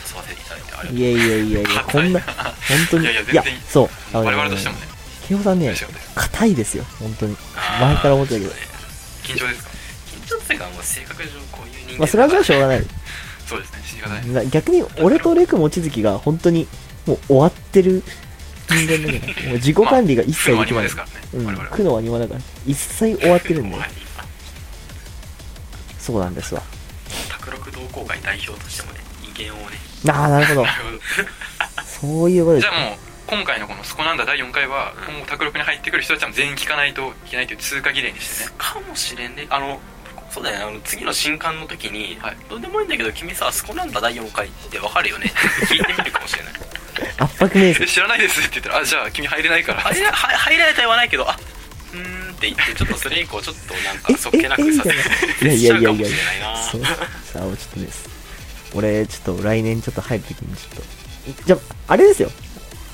S4: 誘わせていただいてありがとう
S2: いやいやいやいや、こんな、本当に、
S3: いやいや全然いい
S2: そう、あの
S3: 我々としてもね
S2: 慶応さんね
S3: 嬉しかったです、
S2: 硬いですよ、本当に。
S4: あー
S2: 前から思ってたけど
S4: そう。ね
S3: 緊張ですか
S4: 緊張っていうかもう性格上こういう人間
S2: まあ、それはじゃあしょうがない。
S3: そうですね知り方ない
S2: な逆に、俺とレク望月が本当に、もう終わってる人間だ から、もう自己管理が一切
S3: まあ
S2: でき
S3: 負
S2: ない。
S3: のアニマですからね
S2: うん
S3: 我々は
S2: 苦のアニマだから、一切終わってるんだよ
S4: はい。
S2: そうなんですわ。
S4: 卓六同好会代表としてもね威厳をね
S2: ああ、なるほど。
S3: なるほど
S2: そういうことで
S3: じ
S2: す
S3: ゃ。あもう今回のこの「スコナンダ」第4回は今後卓六に入ってくる人たちは全員聞かないといけないという通過儀礼にしてね
S4: かもしれんねあのそうだよねあの次の新刊の時に、
S3: はい
S4: どうでもいいんだけど君さあそこなんだ第4回ってわかるよねって聞いてみるかもしれない
S2: 圧迫面
S3: え
S2: 積。
S3: 知らないですって言ったら「あじゃあ君入れないから」
S4: 入ら入入られた言わないけどあうーんって言ってちょっとそれ以降ちょっとなん
S2: え
S4: かそっけな
S2: ええ
S4: く
S2: み
S4: さ
S2: たい
S4: せ
S2: な
S4: て しちゃうかも
S2: いやいやいやい
S4: し
S2: や
S4: れないな
S2: そう。さあ、ちょっとです。俺、ちょっと来年ちょっと入るときにちょっと。じゃあ、あれですよ。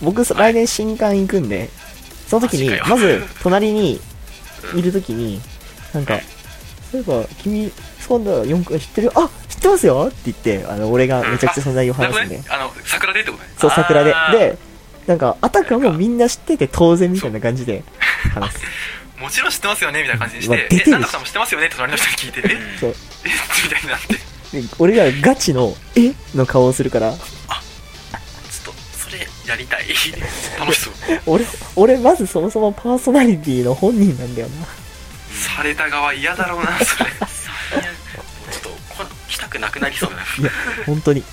S2: 僕、さ来年新刊行くんで、その時に
S4: マジか、よ
S2: まず、隣にいるときに、なんか、そういえば、君、そんな4回知ってるあ、知ってますよって言って、あの、俺がめちゃくちゃ存在を
S3: なる
S2: 話
S3: ほ
S2: す
S3: ど
S2: んで
S3: ね。あの桜でってことね
S2: そう、
S4: あー
S2: 桜で。で、なんか、あたかもみんな知ってて当然みたいな感じで話す。
S3: もちろん知ってますよねみたいな感じにし
S2: うわ
S3: て
S2: 出てる
S3: 「えなんださんも知ってますよね」って隣の人に聞いて「え
S4: うん
S2: そう。
S3: えみたいになって
S2: で俺らガチの、えの顔をするから、
S4: ちょっとそれやりたい
S3: 楽しそう
S2: 俺、俺まずそもそもパーソナリティの本人なんだよな。
S3: された側嫌だろうなそれ
S4: 最悪ちょっとこ来たくなくなりそうだない
S2: いや、本当に。ちょ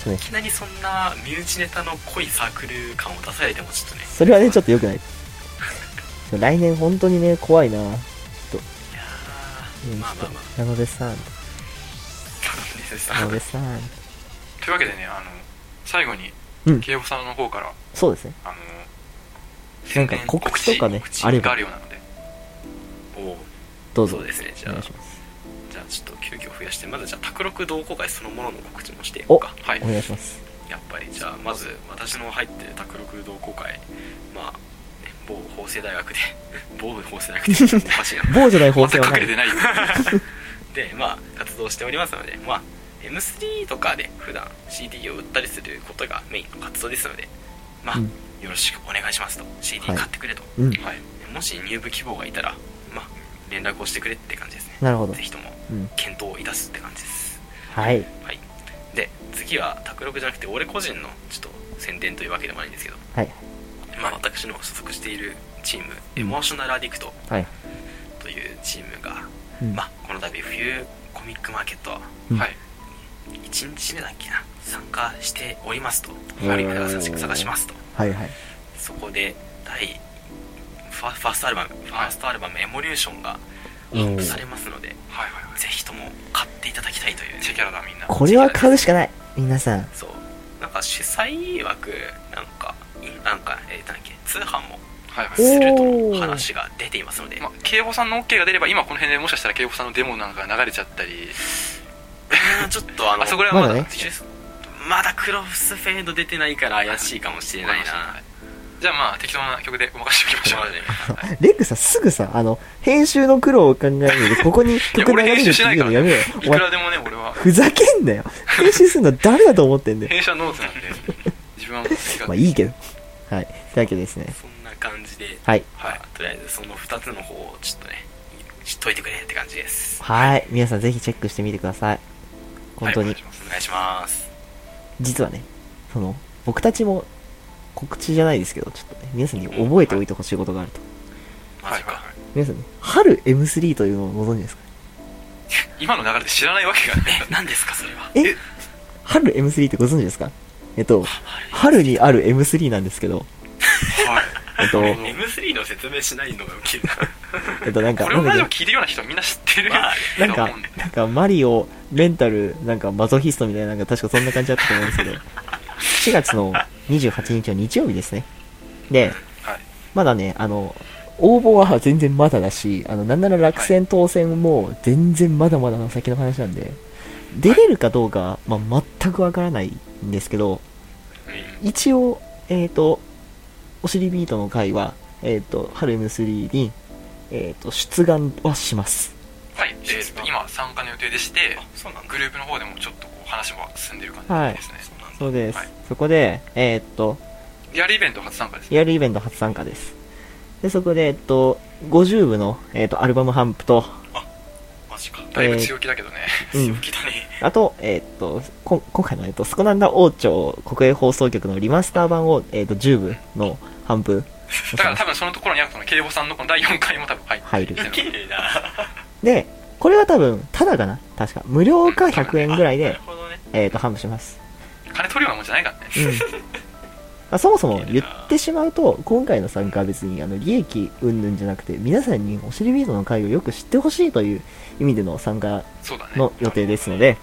S2: っとね、
S4: きなりそんな身内ネタの濃いサークル感を出されてもちょっとね
S2: それはね、ちょっと良くない。来年本当にね、怖いな。
S4: い
S2: う
S4: やー
S2: ん
S4: まあまあまあ
S2: なのでさん、なのでさん。
S3: というわけでねあの最後に
S2: うん
S3: 慶応さんの方から
S2: そうですね。
S3: あの
S2: なんか
S3: 宣伝
S2: 告知とかね
S3: 告知
S2: あれば
S3: があるようなので
S4: おう
S2: どうぞ。
S4: そうですねじ
S2: お
S4: ゃあ
S2: 願いします。
S4: じゃあちょっと急遽増やしてまずじゃあ卓六同好会そのものの告知もしていこうか
S3: はい
S2: お願いします。
S4: やっぱりじゃあまず私の入ってる卓六同好会まあね某法政大学で 某法政大学 でおかしいな
S2: 某じゃない方
S3: ま
S2: 針
S3: た
S2: はな
S3: 隠れて
S2: い。
S3: ないよ
S4: でまあ活動しておりますのでまあ M3 とかで普段 CD を売ったりすることがメインの活動ですのでまあ、
S2: うん
S4: よろしくお願いしますと CD
S2: はい
S4: 買ってくれと、
S2: うん。
S3: はい
S4: もし入部希望がいたら、まあ、連絡をしてくれって感じですね
S2: なるほど
S4: ぜ。ひとも
S2: うん。
S4: 検討いたすって感じです
S2: はい。
S4: はいで次は卓録じゃなくて俺個人のちょっと宣伝というわけでもないんですけど、
S2: はい。
S4: まあ、私の所属しているチームエモーショナルアディクト
S2: はい。
S4: というチームが、
S2: うん
S4: まあ、この度冬コミックマーケット
S2: うん
S3: はい
S4: 1日目だっけな参加しておりますと
S2: ー
S4: ある意味探し探しますと
S2: はいはい。
S4: そこで第ファファーストアルバムファーストアルバム「エモリューション」が
S2: お
S4: ア
S2: ー
S4: ップされますので
S3: はいはいは
S4: ぜひとも買っていただきたいという、
S3: いチェキャラだみんな
S2: これは買うしかない。皆さん。
S4: そうなんか主催枠なんかいなんかえー、なんだっけ通販も
S3: はいはい
S4: する
S2: お
S4: と
S2: ー
S4: 話が出ていますので、
S3: まあ、慶吾さんの OK が出れば今この辺でもしかしたら慶吾さんのデモなんかが流れちゃったり
S4: うん ちょっとあの
S3: あそこら辺
S2: ま
S3: はまだ
S2: だね
S4: ちょまだクロスフェード出てないから怪しいかもしれないな
S3: じゃあまあ適当な曲でごまかしておきましょう
S4: そうだね
S3: はい
S2: レックさ、すぐさ、あの、編集の苦労を考えるので、ここに
S3: いや
S2: 曲流
S3: 俺
S2: れる
S3: 編集
S2: っ
S3: しててない
S2: いう
S3: から
S2: の
S3: ね
S2: やめろよ。
S3: い
S2: お
S3: く
S2: 前、
S3: らでもね俺は
S2: ふざけん なよ。編集するの誰だと思ってんだよ。
S3: 編集はノート なんで自分はもう好きが
S2: まあいいけど。はい。というわけでですね。
S4: そんな感じで、
S2: はい。
S4: はい、とりあえずその2つの方をちょっとね知っといてくれって感じです
S2: はい。皆さんぜひチェックしてみてください。本当
S3: は
S2: に
S3: いお願いし。ます
S4: お願いします
S2: 実はね、その、僕たちも告知じゃないですけど、ちょっとね、皆さんに覚えておいてほしいことがあると。
S4: マジか、
S3: はいはいはい
S2: 皆さんね、春 M3 というのをご存知ですか
S3: 今の流れで知らないわけがない
S4: え何ですかそれは
S2: え春 M3 ってご存知ですかえっと、春にある M3 なんですけど、
S3: はい
S2: えっと、
S4: M3 の説明しないのがウケる
S2: えっと、なんか、
S3: これを
S2: な
S3: ラ
S2: ん
S3: ジ
S2: だ
S3: オ
S2: っ
S3: 聞いてるような人はみんな知ってる
S4: まあ
S2: けなんか
S3: と思うんで、
S2: なんかマリオ、レンタル、なんかマゾヒストみたいな、なんか確かそんな感じだったと思うんですけど、4月の28日の日曜日ですね。で、
S3: はい
S2: まだね、あの、応募は全然まだだし、あの、なんなら落選当選も全然まだまだの先の話なんで、出れるかどうか、まあ、全くわからないんですけど、
S3: うん
S2: 一応、えっ、と、お尻ビートの回は、えっ、と、春 M3 に、えっ、と、出願はします。
S3: はいえーと今参加の予定でして
S4: そうなんだ
S3: グループの方でもちょっとこう話も進んでる
S2: はい
S3: 感じですね、
S4: そうなんだ
S2: そうです。
S3: はい
S2: そこで、えっ、と、
S3: リアルイベント初参加ですね
S2: リアルイベント初参加です。で、そこで、えっ、と、50部の、えっ、と、アルバムハンプと、
S4: マジか
S3: だいぶ強気だけどね、
S2: うん
S4: 強気だね
S2: あと、えーっと、こん今回の、えーっと、スコナンダ王朝国営放送局のリマスター版を、えーっと、10部の半 分
S3: だから多分そのところにあるこの慶吾さんのこの第4回も多分入って
S2: 入る
S3: き。てる
S4: 綺麗だ
S2: で、これは多分、ただかな確か。無料か100円ぐらい
S4: な
S2: で
S4: る、ほどね
S2: えーっと、半分します。
S3: 金取るようなもんじゃないからね
S2: うん。まあ、そもそも言ってしまうと、今回の参加は別に、あの、利益云々じゃなくて、皆さんにお尻ビートの会をよく知ってほしいという意味での参加
S3: そうだね
S2: の予定ですので、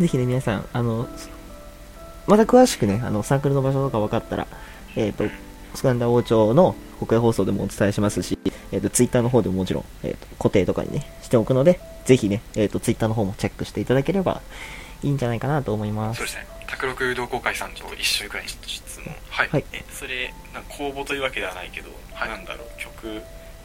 S2: ぜひね、皆さん、あの、また詳しくね、あの、サークルの場所とか分かったら、えっ、と、スカンダ王朝の国営放送でもお伝えしますし、えっ、と、ツイッターの方でももちろん、えっ、と、固定とかにね、しておくので、ぜひね、えっ、と、ツイッターの方もチェックしていただければいいんじゃないかなと思いま。
S3: そうですすね卓六同好会さんと一緒くらいに
S4: ちょっと質問
S3: はい、
S2: はい
S4: えそれなんか公募というわけではないけど、
S3: はい
S4: なんだろう曲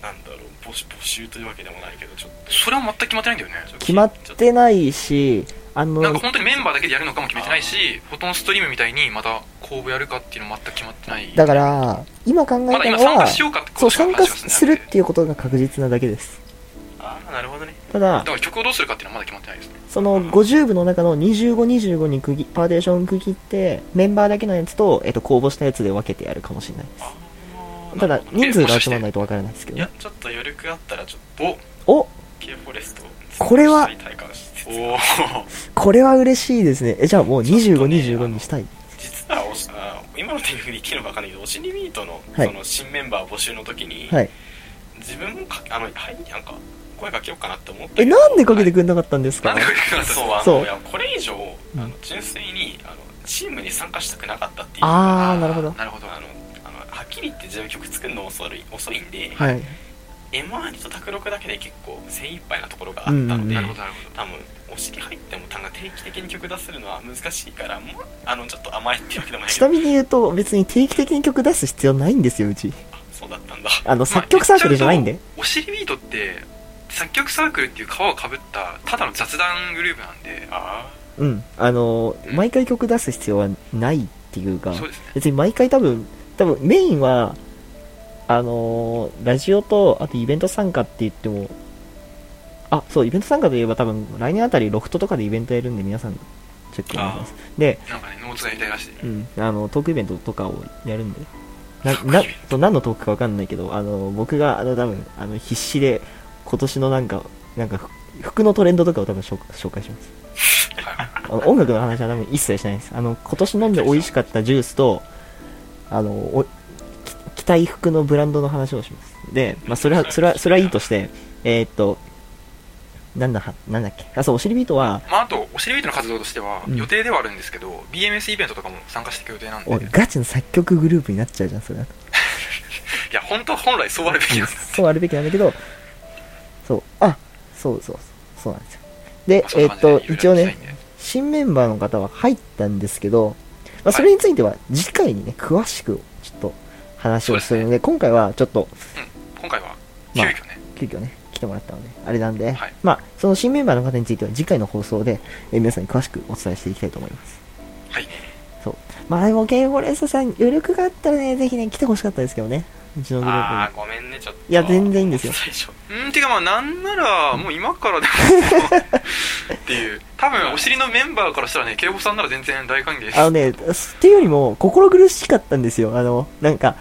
S4: なんだろう募集募集というわけでもないけどちょっと
S3: それは全く決まってないんだよね
S2: 決まってないし、あ
S3: なんか
S2: の、
S3: 本当にメンバーだけでやるのかも決めてないしフォトンストリームみたいにまた公募やるかっていうのも全く決まってない
S2: だから、今考え
S3: まだ
S2: た
S3: 今
S2: の
S3: 参加
S2: は
S3: し、ようかってこ
S2: そう、
S3: としか
S2: 参
S3: 話
S2: 加
S3: が進んでなくて
S2: するっていうことが確実なだけです。
S4: ああなるほどね
S2: ただ
S3: だか、ら曲をどうするかっていうのはまだ決まってないですね
S2: その50部の中の25、25に区切パーテーション区切って、メンバーだけのやつと、えっと、公募したやつで分けてやるかもしれないで
S4: あー
S2: す。た
S4: な
S2: だ
S4: る、ほどね
S2: 人数が集まらないと分からないですけ
S4: い
S2: ど
S4: や
S2: ね。
S4: ちょっと余力あったらちょっと
S2: お
S4: K フォレストを
S2: これは
S4: 体感しつつ
S3: おお
S2: これは嬉しいですね。え、じゃあもう
S4: ちょっ
S2: 25、
S4: とね
S2: 25にしたい。
S4: 実はおしあー今のタイミングで言っていいのか分かんないけどおしりミートの,、
S2: はい
S4: その新メンバー募集の時に、
S2: はい。
S4: 自分もかあのはいなんか声かけようかなって思ったけ
S2: え、
S4: ど
S2: なんでかけてくんなかったんです
S3: なん
S2: か
S3: でこれ言うの
S4: そうあ
S2: そう
S4: のいやこれ以上あ
S2: うん
S4: の純粋にあのチームに参加したくなかったっていう
S2: あー、なるほど。
S3: なるほど
S4: あのあのはっきり言って自分曲作るの遅い遅いんで、
S2: はい。
S4: M−R と卓録だけで結構精一杯なところがあったので、
S2: うん
S3: な
S2: うんう
S3: るほ
S2: ん
S3: どなるほど
S4: 多分お尻入っても多分定期的に曲出すのは難しいからもうあのちょっと甘えっていうわけでもない
S2: ち
S4: け
S2: な
S4: ど
S2: みに言うと、別に定期的に曲出す必要ないんですよ、うち。
S4: あそうだったんだ
S2: あの、作曲サークルじゃないんで。
S3: お尻ビートって作曲サークルっていう皮をかぶったただの雑談グループなんで
S4: あ
S2: うん。あの、毎回曲出す必要はないっていうか、
S3: そうですね
S2: 別に毎回多分多分メインはあのーラジオとあとイベント参加って言ってもあそうイベント参加といえば多分来年あたりロフトとかでイベントやるんで皆さんチェックお願いしますで、
S3: なんかね、ノーツがやりたいらしいね。
S2: うん、あのトークイベントとかをやるんでななそう何のトークか分かんないけどあの僕があの多分あの必死で今年のなんかなんかふ服のトレンドとかを多分紹紹介します
S3: はい
S2: あの音楽の話は多分一切しないですあの今年飲んで美味しかったジュースとあのおき着たい服のブランドの話をしますで、まあ、それはそれはそれはいいとしてえーっとなんだはなんだっけあそうおしりビートは
S3: まあ、あと、おしりビートの活動としては、
S2: うん
S3: 予定ではあるんですけど、BMS イベントとかも参加していく予定なんで、
S2: おいガチの作曲グループになっちゃうじゃんそれだと
S3: いや、本当は本来そうあるべきなんで す。
S2: そうあるべきなんだけどそうあそうそうそうなんですよで
S3: まあそん
S2: え
S3: な
S2: ーっ
S3: 感
S2: と
S3: じでいろい
S2: 一
S3: ろ
S2: 応
S3: やり
S2: ね
S3: たいんで
S2: 新メンバーの方は入ったんですけど、まあ、それについては次回にね、詳しくちょっと話をするので、今回はちょっと
S3: 今回は、急
S2: まあ
S3: 遽ね、
S2: 急遽ね、来てもらったので、あれなんで、
S3: はい
S2: まあ、その新メンバーの方については次回の放送で、えー皆さんに詳しくお伝えしていきたいと思います。
S3: はい。
S2: そう。まあでも、ケンフォレストさん、余力があったらね、ぜひね、来てほしかったですけどね、うちのグルー
S4: あ
S2: プ
S4: ーごめんねちょっと
S2: いや全然いいんですよ
S4: 最初
S3: うん、てかまあ、なんなら、もう今からでも、っていう。多分、お尻のメンバーからしたらね、慶吾さんなら全然大歓迎で
S2: に。あの
S3: す。
S2: ね、っていうよりも、心苦しかったんですよ。あの、なんか、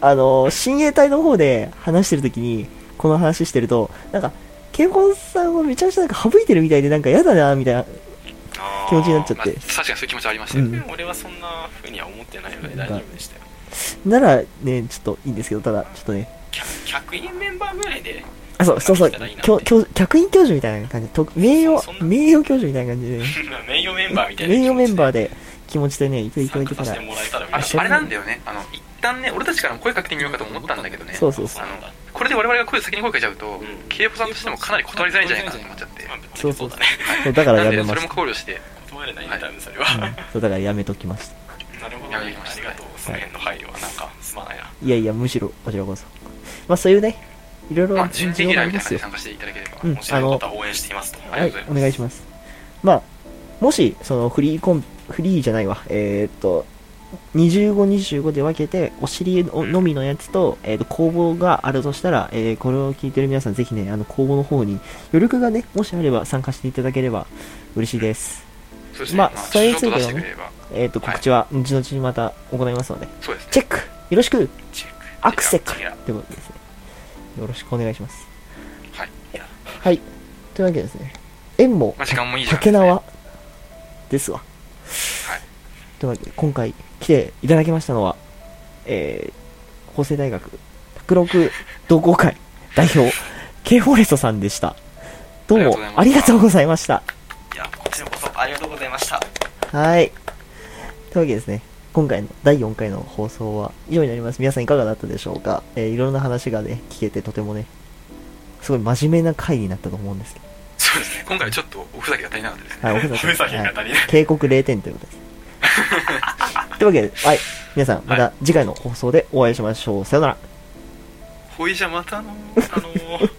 S2: あの、親衛隊の方で話してるときに、この話してると、なんか、ケンフォさんをめちゃめちゃなんか省いてるみたいで、なんか嫌だな、みたいな気持ちになっちゃ
S3: ま
S2: っ
S3: あ、
S2: て
S3: 確。かにそういう気持ちありました
S2: う
S3: よ、
S2: ん
S4: 俺はそんな風には思ってないので大丈夫でしたよ
S2: なら、ね、ちょっといいんですけど、ただ、ちょっとね、
S4: 客員メンバーぐらいで
S2: あ、そう、そうそう
S4: なんかいいな、
S2: 教教客員教授みたいな感じで、と名誉
S4: そん、な
S2: 名誉教授みたいな感じで、
S4: 名誉メンバーみたいな
S2: 名誉メンバー
S4: で
S2: で気持ちでね、いていてい
S4: 参
S2: てた
S4: 加さ
S2: ら
S4: せて、もらえたら
S3: あ
S4: 嬉しい
S3: のあれなんだよね、あの、一旦ね、俺たちからも声かけてみようかと思ったんだけどね、
S2: そうそうそう
S3: あのこれで我々が声先に声かけちゃうと
S4: ん、
S3: 慶吾さんとしてもかなり断りづらいんじゃないかなと思っちゃって。
S4: まあぶっちゃ
S2: そ
S4: け
S2: うそう
S4: だ
S2: そ
S4: ね
S2: う、そうだから
S3: な
S2: や
S3: ん
S2: め
S3: で、そ
S2: ま
S3: れ
S2: し
S3: も
S2: た。
S3: 考慮して、
S4: 断れないね多分それは、
S2: うんそうだからやめときました。
S4: なるほど、ね、
S3: や
S4: あ
S3: め
S4: り
S3: てきました
S4: がとうその辺の配慮はなんかすまないない
S2: やいや、むしろ、こちらこそ。まあ、そういうね、いろいろ、
S3: まあ、準レギュラーみたいな
S2: 需要がありま
S3: 感
S2: すよ
S3: じで参加していただければ。
S2: うん
S4: 面白いことは応援していますと
S2: は
S3: あり
S2: い
S3: がとう、
S2: お
S3: ございます
S2: 願いします。まあ、もし、そのフリーコン、フリーじゃないわ、えーっと、25、25で分けて、お尻ののみのやつと、えーっと、工房があるとしたら、えーこれを聞いてる皆さん、ぜひね、あの、工房の方に、余力がね、もしあれば参加していただければ嬉しいです。
S3: そうですね。
S2: まあ
S3: まあ、
S2: それについてはね
S3: ちょっと出してくれれば
S2: えーっと、告知は、後々また行いますので、
S3: そうですね。
S2: チェックよろしく
S4: チェック
S2: アクセック
S4: チェック
S2: ってことですね。よろしくお願いします。
S3: はい。
S2: はい。というわけでですね、縁も
S3: まあ、時間もいいじゃない
S2: 竹
S3: ですか、
S2: 縄ですわ。というわけで、今回来ていただきましたのは、えー、法政大学卓六同好会 代表、K フォレストさんでした。どうもあ
S3: あ
S2: り
S3: り
S2: が
S3: が
S2: とうございました。
S4: いやこっちのこそありがとうございました
S2: はい。というわけでですね、今回の第4回の放送は以上になります。皆さんいかがだったでしょうか、えーいろんな話がね、聞けてとてもね、すごい真面目な回になったと思うんですけ
S3: そうですね。今回はちょっとおふざけが足りなかったですね。
S2: ど。はい、 おふざ
S4: ふざけが足りない
S2: 警告0点という ことです。というわけで、はい。皆さん、また次回の放送でお会いしましょう。さよなら。
S3: ほいじゃまたのー。
S4: あのー